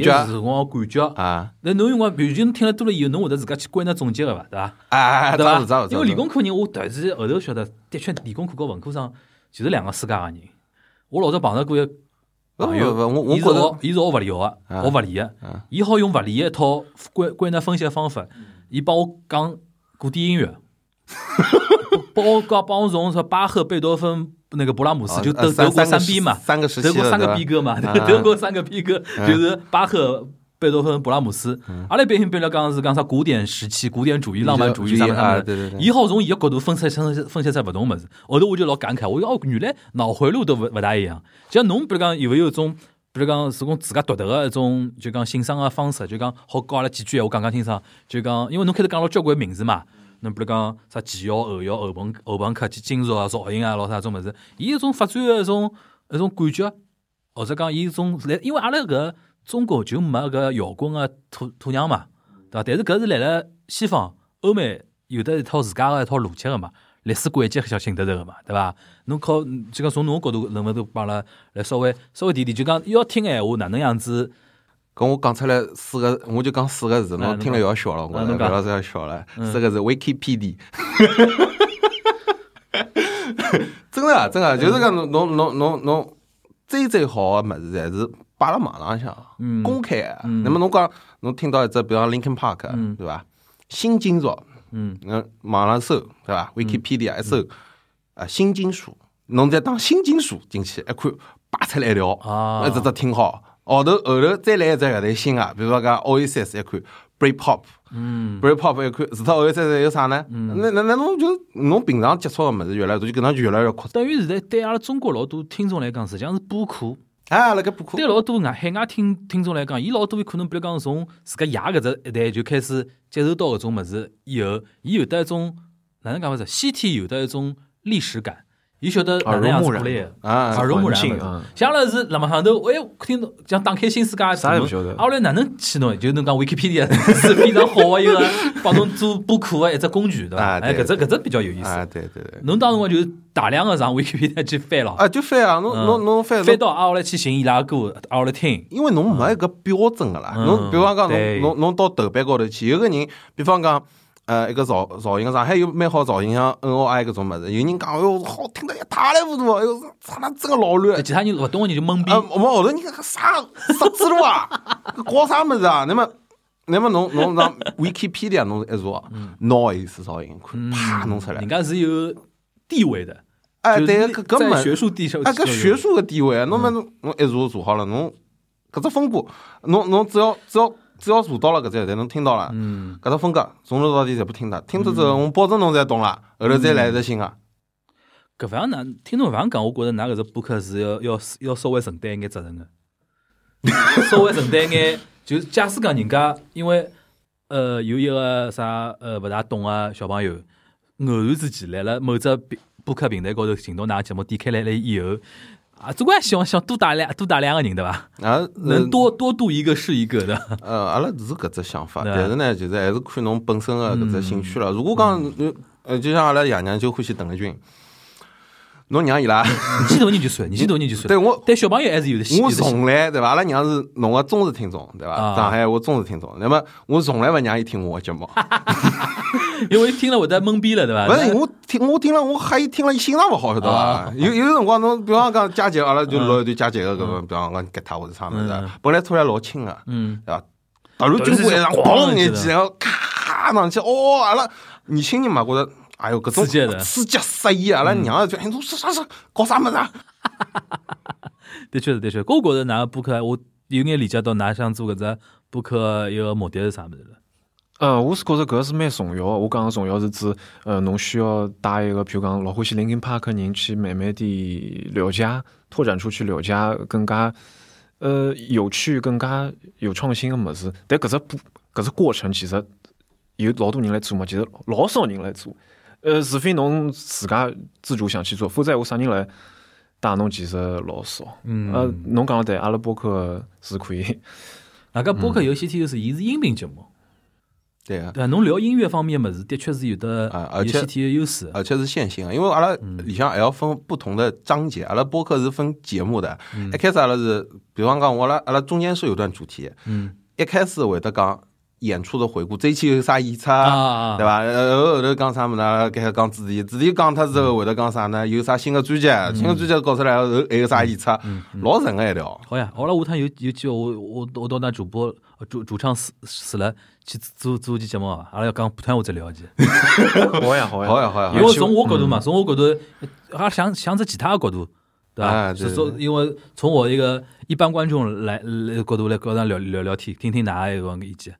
Speaker 1: 第
Speaker 3: 觉
Speaker 1: 一是辰光感觉。
Speaker 3: 啊
Speaker 1: 那侬用光，比如就侬听了多了以后，侬会得自家去归纳总结个伐？对伐？
Speaker 3: 啊，
Speaker 1: 对
Speaker 3: 咋子咋
Speaker 1: 伐
Speaker 3: 子？？
Speaker 1: 因为理工科人，我突然之间后头晓得，的确理工科和文科生就是两个世界个人。我老早碰着过一
Speaker 3: 不
Speaker 1: 朋
Speaker 3: 不
Speaker 1: 友，
Speaker 3: 不，啊哎我我
Speaker 1: 哦伊
Speaker 3: 觉
Speaker 1: 是
Speaker 3: 得
Speaker 1: 学伊是学物理学个，
Speaker 3: 啊
Speaker 1: 学物理个
Speaker 3: 啊，嗯
Speaker 1: 伊好用物理一套归归纳分析的方法，伊帮我讲古典音乐， 帮我讲帮我从说巴赫、贝多芬、那个勃拉姆斯
Speaker 3: 啊
Speaker 1: 就
Speaker 3: 啊
Speaker 1: 德
Speaker 3: 三
Speaker 1: 德国
Speaker 3: 三个时
Speaker 1: 逼嘛，
Speaker 3: 三个时期
Speaker 1: 德国
Speaker 3: 了
Speaker 1: 三
Speaker 3: 对
Speaker 1: 个
Speaker 3: 吧
Speaker 1: 逼哥嘛，
Speaker 3: 啊
Speaker 1: 德国三个逼哥
Speaker 3: 嗯
Speaker 1: 就是巴赫。贝多芬、勃拉姆斯，阿拉一般性被人讲是讲啥古典时期、古典主义、浪漫主义啥么啥
Speaker 3: 啊
Speaker 1: 么
Speaker 3: 对对对
Speaker 1: 伊好从伊个角度分析分析分析出勿同物事。后头我就老感慨，我讲哦，原来脑回路都勿勿大一样。就像侬比如讲有没有一种，比如讲是讲自家独特个一种，就讲欣赏个方式，就讲好教阿拉几句闲话讲讲清爽。就讲因为侬开头讲了交关名字嘛，侬比如讲啥前摇、后摇、后朋后朋克、金属啊、噪音啊，老啥种物事，伊一种发展个一种一种感觉。或哦者讲伊种来，因为阿拉搿中国就没搿摇滚个土土壤嘛，对伐？但是搿是来了西方、欧美有得一套自家个一套逻辑个嘛，历史轨迹想寻得着个嘛，对伐？侬靠就讲从侬角度能勿能帮阿拉来稍微稍微提提，就讲要听个闲话哪能样子？
Speaker 3: 跟我讲出来四个，我就讲四个字，
Speaker 1: 啊
Speaker 3: 侬听了要笑了，我
Speaker 1: 啊
Speaker 3: 觉
Speaker 1: 侬
Speaker 3: 得
Speaker 1: 讲嗯
Speaker 3: 不要再笑了。四个字，Wikipedia。真的啊，真的啊，就是讲侬侬侬侬侬最最好的物事，还是摆辣网浪向
Speaker 1: 嗯
Speaker 3: 公开的。
Speaker 1: 嗯
Speaker 3: 那么侬讲侬听到一只，比方 Linkin Park，
Speaker 1: 嗯
Speaker 3: 对伐？新金属，
Speaker 1: 嗯，
Speaker 3: 嗯，网上搜对伐？Wikipedia 一搜啊，新金属，侬再打新金属进去一看，扒出来一条
Speaker 1: 啊
Speaker 3: 一直只听好。后头后头再来一只乐队新啊，比如讲 Oasis 一看 break pop。
Speaker 1: 嗯
Speaker 3: break pop 一看，除脱后头再再有啥呢？那那那侬就侬平常接触个物事越来越多，就搿能越来越扩
Speaker 1: 等于现在对阿拉中国老多听众来讲，实际上是补课。
Speaker 3: 张。哎，辣盖补课
Speaker 1: 对老多外海外听听众来讲，伊老多可能比如讲从自家爷搿只一代就开始接受到搿种物事以后，伊有得一种哪能讲法子，先天有得一种历史感，伊晓得哪能样子过来的。
Speaker 3: 啊
Speaker 1: 耳，濡目
Speaker 2: 环
Speaker 1: 染
Speaker 2: 境
Speaker 1: 的
Speaker 2: 啊，
Speaker 1: 像阿拉是辣么上头，哎，听到像打开新世界的
Speaker 2: 啥也不
Speaker 1: 大门
Speaker 2: 晓得
Speaker 1: 阿拉哪能去弄？就侬讲 Wikipedia 是非常好的一个帮侬做补课的一只工具，对伐？
Speaker 3: 啊
Speaker 1: 哎，
Speaker 3: 对
Speaker 1: 搿只搿只比较有意思。
Speaker 3: 啊，对对对，
Speaker 1: 侬当辰光就是大量的上 Wikipedia 去翻了，
Speaker 3: 啊就翻啊，侬
Speaker 1: 嗯
Speaker 3: 侬侬翻
Speaker 1: 翻到挨下来去寻伊拉的歌，挨下来听。
Speaker 3: 因为侬没一个标准个啦，
Speaker 1: 嗯
Speaker 3: 侬比方讲
Speaker 2: 对
Speaker 3: 侬侬侬到豆瓣高头去，有个人，比方讲，呃，一个造造型，上海有蛮好造型，像 N O I 搿种物事，有人讲，哎哟，好听得一塌糊涂，哎哟，操那真个老乱
Speaker 1: 那，其他人勿懂的人就懵逼
Speaker 3: 啊，。我们后头你看啥啥之路啊， 搞啥么子啊？那么，那么侬侬 让 Wikipedia 侬一查，
Speaker 1: 嗯
Speaker 3: 拿一次噪音看，啪弄出来
Speaker 1: 人。家是有地位的，
Speaker 3: 哎，
Speaker 1: 就是
Speaker 3: 对，
Speaker 1: 你
Speaker 3: 搿根
Speaker 1: 在学
Speaker 3: 本，
Speaker 1: 术地上，
Speaker 3: 哎，搿学术个地位
Speaker 1: 嗯
Speaker 3: 啊，侬么侬侬一查查好了，侬搿只风格，侬侬只要只要只要查到了搿只，侪侬听到了，
Speaker 1: 嗯，
Speaker 3: 搿只风格从头到底侪不听的，听着之后，我保证侬侪懂了，后头再来一只新个。
Speaker 1: 搿方呢，听侬搿样讲，我觉着㑚搿只播客是要要要稍微承担一眼责任 的，稍微承担一眼，就是假使讲人家因为呃有一个啥呃勿大懂啊小朋友，偶然之间来了某只平播客平台高头寻到㑚节目，点开来了以后。啊，总归希望想多打两多打两个人对伐？
Speaker 3: 啊，呃
Speaker 1: 嗯能多多度一个是一个的。
Speaker 3: 呃，阿拉是搿只想法，
Speaker 1: 对嗯
Speaker 3: 但是呢，就是还是看侬本身的搿只兴趣了。如果讲，呃，就像阿拉爷娘就欢喜邓丽君，侬让伊拉，
Speaker 1: 年纪大人就算，年纪大人就算。
Speaker 3: 对我
Speaker 1: 嗯对小朋友还是有的喜。
Speaker 3: 我
Speaker 1: 有的喜
Speaker 3: 从来对伐？阿拉娘是侬个忠实听众，对
Speaker 1: 啊
Speaker 3: 伐？上海话忠实听众，那么我从来勿让伊听我个节目，
Speaker 1: 因为听了会得懵逼了，对吧？
Speaker 3: 勿是我听我听了，我吓伊听了，伊心脏勿好，晓得伐
Speaker 1: 啊？
Speaker 3: 有有辰光侬比方讲佳节，阿拉就录一段佳节个搿种，比方讲吉他或者啥物
Speaker 1: 嗯
Speaker 3: 事，本来突然老轻个，
Speaker 1: 嗯，
Speaker 3: 对伐？突然经过一场
Speaker 1: 咣
Speaker 3: 砰一
Speaker 1: 一
Speaker 3: 记，
Speaker 1: 记
Speaker 3: 然后咔上去，哦，阿拉年轻人嘛，觉着哎哟，搿种
Speaker 1: 刺激的
Speaker 3: 刺激色一，阿拉娘就哎，侬啥啥啥搞啥物事啊？
Speaker 1: 的确是的确。我觉着㑚播客，我有眼理解到㑚想做搿只播客一个目的是啥物事了。
Speaker 2: 呃，我是觉着搿是蛮重要的。我讲个重要是指，呃，侬需要带一个，譬如讲老欢喜 Linkin Park 的人去慢慢地了解、拓展出去了解更加呃有趣、更加有创新的物事。但搿只不搿只过程其实有老多人来做嘛，其实老少人来做。呃，除非侬自家自主想去做，否则我啥人来带侬其实老少。
Speaker 1: 嗯
Speaker 2: 呃，侬讲得对，阿拉播客是可以。
Speaker 1: 外加播客有先天就是伊是音频节目，
Speaker 3: 对啊，
Speaker 1: 对伐？侬聊音乐方面物事，的确是有的
Speaker 3: 啊
Speaker 1: 有
Speaker 3: 而且
Speaker 1: 先天的优势。
Speaker 3: 而且是线性啊的，因为阿拉
Speaker 1: 嗯
Speaker 3: 里向还要分不同的章节，阿拉播客是分节目的。
Speaker 1: 嗯
Speaker 3: 一开始阿拉是，比方讲，我阿拉阿拉中间是有段主题，
Speaker 1: 嗯
Speaker 3: 一开始会得讲演出的回顾，这一期有啥演出
Speaker 1: 啊
Speaker 3: 啊？
Speaker 1: 啊，
Speaker 3: 对
Speaker 1: 伐？
Speaker 3: 伐？呃后后头讲啥物事呢？开始讲主题，主题讲脱之后会得讲啥呢？有啥新的专辑？
Speaker 1: 嗯
Speaker 3: 新的专辑搞出来后头还有啥演出？老神个一条。
Speaker 1: 好呀，阿拉下趟有有机会，我我我到那主播呃主主唱死死了去做做期节目啊，阿拉要讲普通话再聊一期。
Speaker 2: 好呀，好呀，
Speaker 3: 好呀好呀
Speaker 1: 因为从我角
Speaker 3: 嗯
Speaker 1: 度嘛，从我角度，还想想着其他的角度，对吧？
Speaker 3: 啊
Speaker 1: 是
Speaker 3: 对
Speaker 1: 从因为从我一个一般观众来来角度来跟咱聊聊聊天，听听大家一个意见。